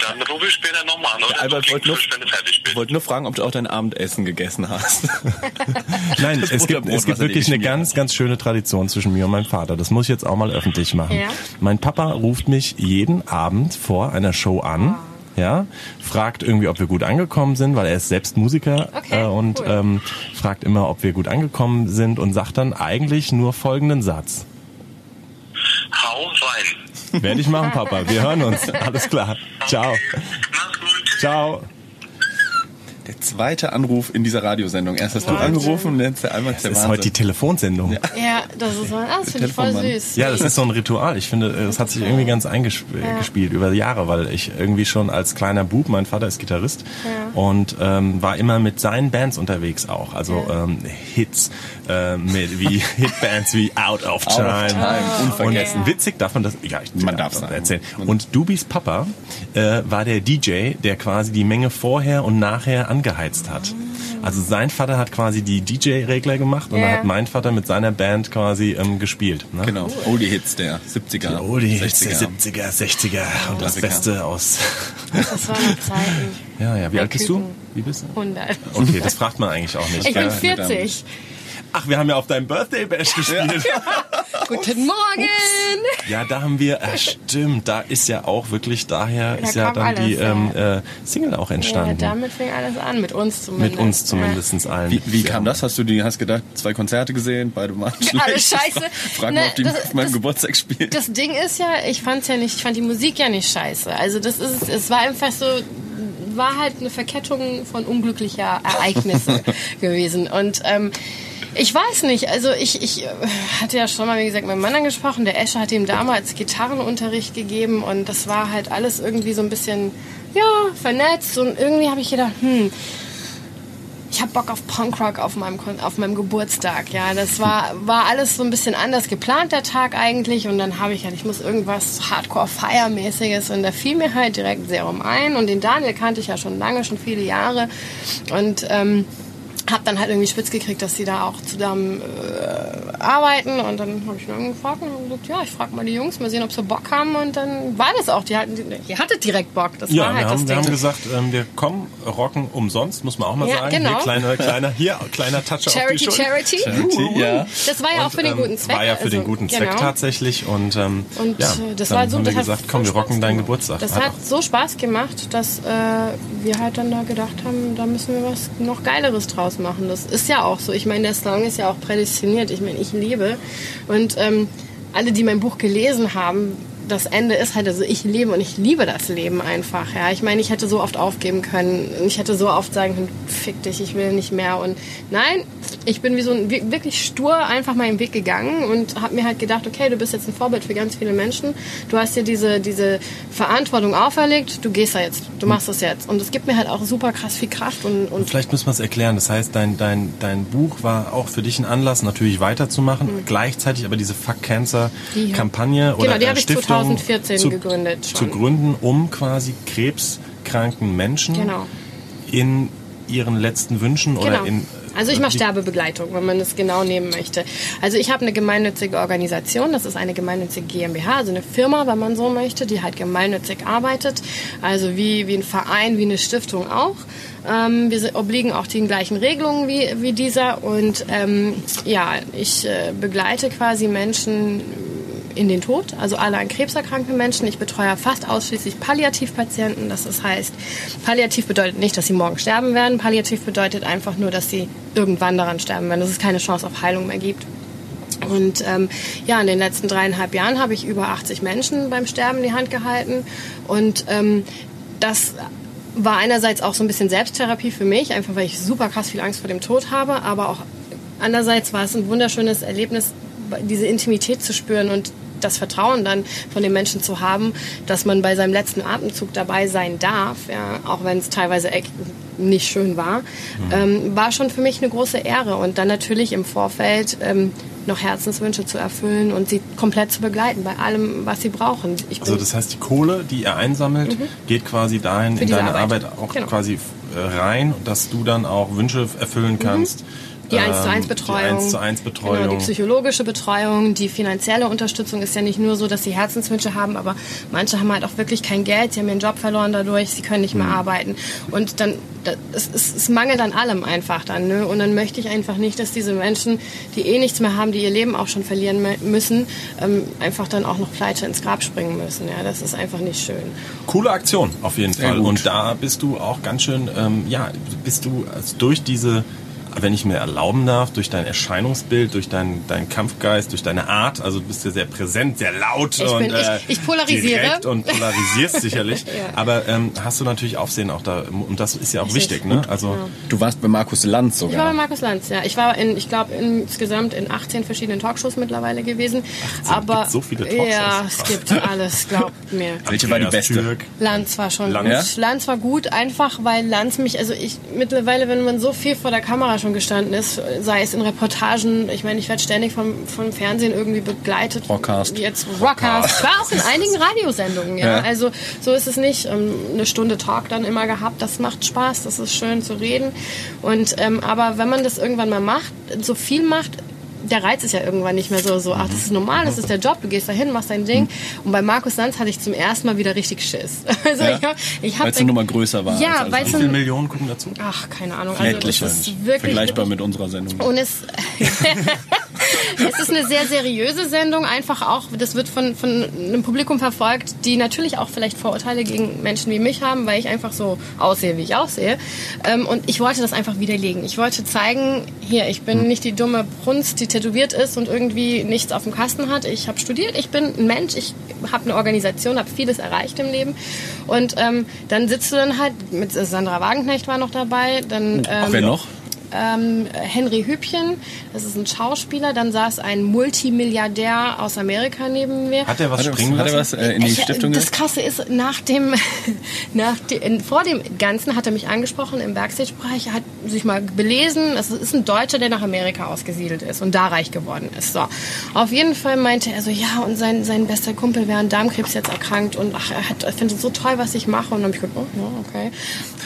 [SPEAKER 6] Dann rufe ich später nochmal an, oder?
[SPEAKER 4] Albert
[SPEAKER 6] Du
[SPEAKER 4] wollte nur,
[SPEAKER 6] kriegst es, wenn du fertig bist.
[SPEAKER 4] wollte nur fragen, ob du auch dein Abendessen gegessen <laughs> hast.
[SPEAKER 3] Nein,
[SPEAKER 4] <laughs> Das
[SPEAKER 3] es gibt,
[SPEAKER 4] Butterbrot,
[SPEAKER 3] es gibt
[SPEAKER 4] was er dir
[SPEAKER 3] wirklich eine
[SPEAKER 4] geschmiert hat.
[SPEAKER 3] ganz, ganz schöne Tradition zwischen mir und meinem Vater. Das muss ich jetzt auch mal öffentlich machen.
[SPEAKER 5] Ja.
[SPEAKER 3] Mein Papa ruft mich jeden Abend vor einer Show an. Ja, fragt irgendwie, ob wir gut angekommen sind, weil er ist selbst Musiker
[SPEAKER 5] Okay,
[SPEAKER 3] äh, und
[SPEAKER 5] cool.
[SPEAKER 3] ähm, fragt immer, ob wir gut angekommen sind und sagt dann eigentlich nur folgenden Satz.
[SPEAKER 6] Hau rein.
[SPEAKER 3] Werde ich machen, Papa. Wir hören
[SPEAKER 5] <laughs>
[SPEAKER 3] uns. Alles klar. Ciao.
[SPEAKER 6] Mach's gut. Tschüss.
[SPEAKER 3] Ciao.
[SPEAKER 4] Der zweite Anruf in dieser Radiosendung. Erst hast du
[SPEAKER 5] Wahnsinn.
[SPEAKER 4] angerufen und jetzt der Albert.
[SPEAKER 3] Das ist heute die Telefonsendung. Ja.
[SPEAKER 5] Ja, das ist ah, das finde ich voll
[SPEAKER 4] Telefonmann.
[SPEAKER 5] süß.
[SPEAKER 3] Ja, das ist so ein Ritual. Ich finde, es hat sich irgendwie ganz eingespielt über die Jahre, weil ich irgendwie schon als kleiner Bub, mein Vater ist Gitarrist und ähm, war immer mit seinen Bands unterwegs auch. Also ähm, Hits äh, mit wie Hitbands wie Out of
[SPEAKER 4] Out of
[SPEAKER 3] Time.
[SPEAKER 4] Time, unvergessen.
[SPEAKER 3] Und witzig darf man das, ja, ich,
[SPEAKER 4] Man
[SPEAKER 3] ja,
[SPEAKER 4] darf's sagen.
[SPEAKER 3] erzählen. Und Dubis Papa äh, war der DJ, der quasi die Menge vorher und nachher angeheizt hat. Also sein Vater hat quasi die DJ-Regler gemacht und
[SPEAKER 5] Ja.
[SPEAKER 3] dann hat mein Vater mit seiner Band quasi ähm, gespielt. Ne?
[SPEAKER 4] Genau, Oldie Hits der 70er.
[SPEAKER 3] Oh, die
[SPEAKER 4] 60er.
[SPEAKER 3] 70er, 60er und das
[SPEAKER 4] Klassiker.
[SPEAKER 3] Beste aus.
[SPEAKER 5] Das waren noch Zeiten.
[SPEAKER 3] <laughs> Ja, ja, wie alt bist du?
[SPEAKER 5] Küken.
[SPEAKER 4] Wie bist du?
[SPEAKER 5] 100.
[SPEAKER 3] Okay, das fragt man eigentlich auch nicht.
[SPEAKER 5] Ich bin
[SPEAKER 3] gell?
[SPEAKER 4] Ja, mit einem-
[SPEAKER 5] 40.
[SPEAKER 3] Ach, wir haben ja auf deinem Birthday Bash gespielt.
[SPEAKER 5] <laughs> Guten Morgen.
[SPEAKER 3] Ja, da haben wir, äh, stimmt, da ist ja auch wirklich, daher ist ja
[SPEAKER 5] kam
[SPEAKER 3] dann die
[SPEAKER 5] alles, ja.
[SPEAKER 3] ähm, äh, Single auch
[SPEAKER 5] Ja,
[SPEAKER 3] entstanden.
[SPEAKER 5] damit fing alles an. Mit uns zumindest.
[SPEAKER 3] Mit uns zumindestens allen.
[SPEAKER 4] Wie, wie kam das? Hast du die, hast gedacht, zwei Konzerte gesehen, beide waren schlecht.
[SPEAKER 5] scheiße.
[SPEAKER 4] <laughs> Frag
[SPEAKER 5] Ne,
[SPEAKER 4] mal, ob die
[SPEAKER 5] das-
[SPEAKER 4] auf meinem
[SPEAKER 5] das-
[SPEAKER 4] Geburtstag spielen.
[SPEAKER 5] das Ding ist ja, ich fand's ja nicht, ich fand die Musik ja nicht scheiße. Also das ist, es war einfach so, war halt eine Verkettung von unglücklicher Ereignisse gewesen. Und ähm, ich weiß nicht, also ich, ich äh, hatte ja schon mal, wie gesagt, mit meinem Mann angesprochen, der Escher hat ihm damals Gitarrenunterricht gegeben und das war halt alles irgendwie so ein bisschen, ja, vernetzt und irgendwie habe ich gedacht, hm, ich habe Bock auf Punkrock auf meinem, Kon- auf meinem Geburtstag. Ja, das war, war alles so ein bisschen anders geplant, der Tag eigentlich. Und dann habe ich halt, ich muss irgendwas Hardcore-Fire-mäßiges. Und da fiel mir halt direkt Serum ein. Und den Daniel kannte ich ja schon lange, schon viele Jahre. Und ähm, habe dann halt irgendwie spitz gekriegt, dass die da auch zusammen äh, arbeiten. Und dann habe ich ihn gefragt und hab gesagt, ja, ich frage mal die Jungs, mal sehen, ob sie Bock haben. Und dann war das auch. Die hatten, die, ihr hattet direkt Bock. Das
[SPEAKER 3] Ja,
[SPEAKER 5] war halt
[SPEAKER 3] wir
[SPEAKER 5] das
[SPEAKER 3] haben,
[SPEAKER 5] Ding.
[SPEAKER 3] wir haben gesagt, ähm, wir kommen, rocken umsonst, muss man auch mal
[SPEAKER 5] Ja,
[SPEAKER 3] sagen.
[SPEAKER 5] genau.
[SPEAKER 3] Hier, kleiner,
[SPEAKER 5] <laughs>
[SPEAKER 3] kleiner, hier, kleiner Touch auf die
[SPEAKER 5] Charity,
[SPEAKER 3] Schulter.
[SPEAKER 5] Charity.
[SPEAKER 4] ja.
[SPEAKER 5] Das war ja auch für den
[SPEAKER 3] ähm,
[SPEAKER 5] guten Zweck.
[SPEAKER 3] War ja für den
[SPEAKER 5] also,
[SPEAKER 3] guten Zweck
[SPEAKER 5] genau.
[SPEAKER 3] tatsächlich. Und, ähm,
[SPEAKER 5] Und
[SPEAKER 3] ja,
[SPEAKER 5] äh, das
[SPEAKER 3] dann
[SPEAKER 5] war so,
[SPEAKER 3] haben
[SPEAKER 5] das
[SPEAKER 3] wir
[SPEAKER 5] hat
[SPEAKER 3] gesagt, komm, wir
[SPEAKER 5] voll Spaß
[SPEAKER 3] rocken deinen
[SPEAKER 5] gemacht.
[SPEAKER 3] Geburtstag.
[SPEAKER 5] Das
[SPEAKER 3] Hat
[SPEAKER 5] hat so Spaß gemacht, dass äh, wir halt dann da gedacht haben, da müssen wir was noch Geileres draus machen. Das ist ja auch so. Ich meine, der Song ist ja auch prädestiniert. Ich meine, ich liebe. Und ähm, alle, die mein Buch gelesen haben, das Ende ist halt, also ich lebe und ich liebe das Leben einfach. Ja, ich meine, ich hätte so oft aufgeben können, ich hätte so oft sagen können, fick dich, ich will nicht mehr. Und nein, ich bin wie so ein wir- wirklich stur einfach meinen Weg gegangen und habe mir halt gedacht, okay, du bist jetzt ein Vorbild für ganz viele Menschen. Du hast dir diese diese Verantwortung auferlegt. Du gehst da jetzt, du machst das jetzt. Und es gibt mir halt auch super krass viel Kraft und und
[SPEAKER 3] Vielleicht müssen wir es erklären. Das heißt, dein, dein, dein Buch war auch für dich ein Anlass, natürlich weiterzumachen. Gleichzeitig aber diese Fuck
[SPEAKER 5] Hm. Die-
[SPEAKER 3] Cancer-Kampagne
[SPEAKER 5] Genau,
[SPEAKER 3] oder
[SPEAKER 5] die
[SPEAKER 3] äh,
[SPEAKER 5] habe ich
[SPEAKER 3] Stiftung
[SPEAKER 5] 2014
[SPEAKER 3] zu,
[SPEAKER 5] gegründet
[SPEAKER 3] Zu
[SPEAKER 5] schon.
[SPEAKER 3] gründen, um quasi krebskranken Menschen
[SPEAKER 5] Genau.
[SPEAKER 3] in ihren letzten Wünschen oder in. äh,
[SPEAKER 5] also ich mache
[SPEAKER 3] die-
[SPEAKER 5] Sterbebegleitung, wenn man das genau nehmen möchte. Also ich habe eine gemeinnützige Organisation, das ist eine gemeinnützige GmbH, also eine Firma, wenn man so möchte, die halt gemeinnützig arbeitet. Also wie, wie ein Verein, wie eine Stiftung auch. Ähm, wir sind, obliegen auch den gleichen Regelungen wie, wie dieser. Und ähm, ja, ich äh, begleite quasi Menschen in den Tod, also alle an Krebs erkrankte Menschen. Ich betreue fast ausschließlich Palliativpatienten. Das ist- heißt, Palliativ bedeutet nicht, dass sie morgen sterben werden. Palliativ bedeutet einfach nur, dass sie irgendwann daran sterben werden, dass es keine Chance auf Heilung mehr gibt. Und ähm, ja, in den letzten dreieinhalb Jahren habe ich über 80 Menschen beim Sterben in die Hand gehalten. Und ähm, das war einerseits auch so ein bisschen Selbsttherapie für mich, einfach weil ich super krass viel Angst vor dem Tod habe, aber auch andererseits war es ein wunderschönes Erlebnis, diese Intimität zu spüren und das Vertrauen dann von den Menschen zu haben, dass man bei seinem letzten Atemzug dabei sein darf, ja, auch wenn es teilweise echt nicht schön war,
[SPEAKER 3] Mhm.
[SPEAKER 5] ähm, war schon für mich eine große Ehre. Und dann natürlich im Vorfeld ähm, noch Herzenswünsche zu erfüllen und sie komplett zu begleiten bei allem, was sie brauchen. Ich
[SPEAKER 3] Also
[SPEAKER 5] bin-
[SPEAKER 3] das heißt, die Kohle, die ihr einsammelt, geht quasi dahin in
[SPEAKER 5] Mhm. diese
[SPEAKER 3] deine Arbeit,
[SPEAKER 5] Arbeit.
[SPEAKER 3] auch
[SPEAKER 5] Genau.
[SPEAKER 3] quasi äh, rein, dass du dann auch Wünsche erfüllen kannst.
[SPEAKER 5] Mhm. Die 1 zu
[SPEAKER 3] Ähm,
[SPEAKER 5] 1 Betreuung.
[SPEAKER 3] Die 1 zu 1 Betreuung.
[SPEAKER 5] Genau, die psychologische Betreuung, die finanzielle Unterstützung ist ja nicht nur so, dass sie Herzenswünsche haben, aber manche haben halt auch wirklich kein Geld, sie haben ihren Job verloren dadurch, sie können nicht
[SPEAKER 3] Mhm.
[SPEAKER 5] mehr arbeiten. Und dann, da- es, es, es mangelt an allem einfach dann. Ne? Und dann möchte ich einfach nicht, dass diese Menschen, die eh nichts mehr haben, die ihr Leben auch schon verlieren mü- müssen, ähm, einfach dann auch noch pleite ins Grab springen müssen. Ja, das ist einfach nicht schön.
[SPEAKER 3] Coole Aktion auf jeden
[SPEAKER 4] Sehr
[SPEAKER 3] Fall.
[SPEAKER 4] gut.
[SPEAKER 3] Und da bist du auch ganz schön, ähm, ja, bist du also durch diese, wenn ich mir erlauben darf, durch dein Erscheinungsbild, durch dein, deinen Kampfgeist, durch deine Art, also du bist ja sehr präsent, sehr laut
[SPEAKER 5] Ich
[SPEAKER 3] und
[SPEAKER 5] bin- ich-
[SPEAKER 3] äh,
[SPEAKER 5] ich polarisiere.
[SPEAKER 3] direkt und polarisierst sicherlich.
[SPEAKER 5] <laughs> Ja.
[SPEAKER 3] Aber ähm, hast du natürlich Aufsehen auch da und das ist ja auch
[SPEAKER 5] Richtig.
[SPEAKER 3] wichtig, ne? Also
[SPEAKER 4] Du warst bei Markus Lanz sogar.
[SPEAKER 5] Ich war bei Markus Lanz, ja. Ich war in, ich glaube, insgesamt in 18 verschiedenen Talkshows mittlerweile gewesen.
[SPEAKER 3] 18?
[SPEAKER 5] aber
[SPEAKER 3] Gibt's so viele Talkshows?
[SPEAKER 5] Ja,
[SPEAKER 3] Krass.
[SPEAKER 5] es gibt alles, glaubt mir.
[SPEAKER 4] Welche war die
[SPEAKER 3] Andreas
[SPEAKER 4] beste?
[SPEAKER 3] Türk.
[SPEAKER 5] Lanz war schon
[SPEAKER 3] Lanz?
[SPEAKER 4] Ja?
[SPEAKER 5] Lanz? gut. Lanz war gut, einfach weil Lanz mich, also ich mittlerweile, wenn man so viel vor der Kamera schon gestanden ist, sei es in Reportagen, ich meine, ich werde ständig vom, vom Fernsehen irgendwie begleitet.
[SPEAKER 4] Rockcast.
[SPEAKER 5] Jetzt Rockcast. War auch in einigen Radiosendungen, ja.
[SPEAKER 4] Ja.
[SPEAKER 5] Also so ist es nicht. Ähm, Eine Stunde Talk dann immer gehabt, das macht Spaß, das ist schön zu reden. Und ähm, aber wenn man das irgendwann mal macht, so viel macht, der Reiz ist ja irgendwann nicht mehr so, so, ach, das ist normal, das ist der Job, du gehst dahin, machst dein Ding. Und bei Markus Lanz hatte ich zum ersten Mal wieder richtig Schiss. <laughs> Also
[SPEAKER 4] Mhm. Ja?
[SPEAKER 5] ich hab, ich hab
[SPEAKER 4] Weil's eine Nummer größer war als
[SPEAKER 5] Ja,
[SPEAKER 4] alles
[SPEAKER 5] weil
[SPEAKER 3] Wie
[SPEAKER 5] es
[SPEAKER 3] viele
[SPEAKER 5] ein-
[SPEAKER 3] Millionen gucken dazu?
[SPEAKER 5] Ach, keine Ahnung. Also
[SPEAKER 4] Merklich
[SPEAKER 5] das
[SPEAKER 4] wahrscheinlich.
[SPEAKER 5] ist wirklich
[SPEAKER 4] Vergleichbar mit unserer Sendung.
[SPEAKER 5] und es, <laughs> es ist eine sehr seriöse Sendung, einfach auch, das wird von, von einem Publikum verfolgt, die natürlich auch vielleicht Vorurteile gegen Menschen wie mich haben, weil ich einfach so aussehe, wie ich aussehe. Ähm, und ich wollte das einfach widerlegen. Ich wollte zeigen, hier, ich
[SPEAKER 4] Hm.
[SPEAKER 5] bin nicht die dumme Brunst, die tätowiert ist und irgendwie nichts auf dem Kasten hat. Ich habe studiert, ich bin ein Mensch, ich habe eine Organisation, habe vieles erreicht im Leben. Und ähm, dann sitzt du dann halt, mit Sandra Wagenknecht war noch dabei, dann... Ähm,
[SPEAKER 4] Hm. Wer noch?
[SPEAKER 5] ähm, Henry Hübchen, das ist ein Schauspieler. Dann saß ein Multimilliardär aus Amerika neben mir.
[SPEAKER 3] Hat er was
[SPEAKER 4] Hat er
[SPEAKER 3] springen
[SPEAKER 4] was, hat er
[SPEAKER 3] lassen?
[SPEAKER 4] was äh, in die
[SPEAKER 5] Ich-
[SPEAKER 4] Stiftung
[SPEAKER 5] Das
[SPEAKER 4] gesagt?
[SPEAKER 5] Krasse ist, nach dem, <laughs> nach dem, vor dem Ganzen hat er mich angesprochen im Backstage-Bereich, er hat sich mal belesen. Es ist ein Deutscher, der nach Amerika ausgesiedelt ist und da reich geworden ist. So. Auf jeden Fall meinte er so, ja, und sein, sein bester Kumpel wäre an Darmkrebs jetzt erkrankt und ach, er, hat, er findet es so toll, was ich mache. Und dann habe ich gedacht, oh, ja, okay.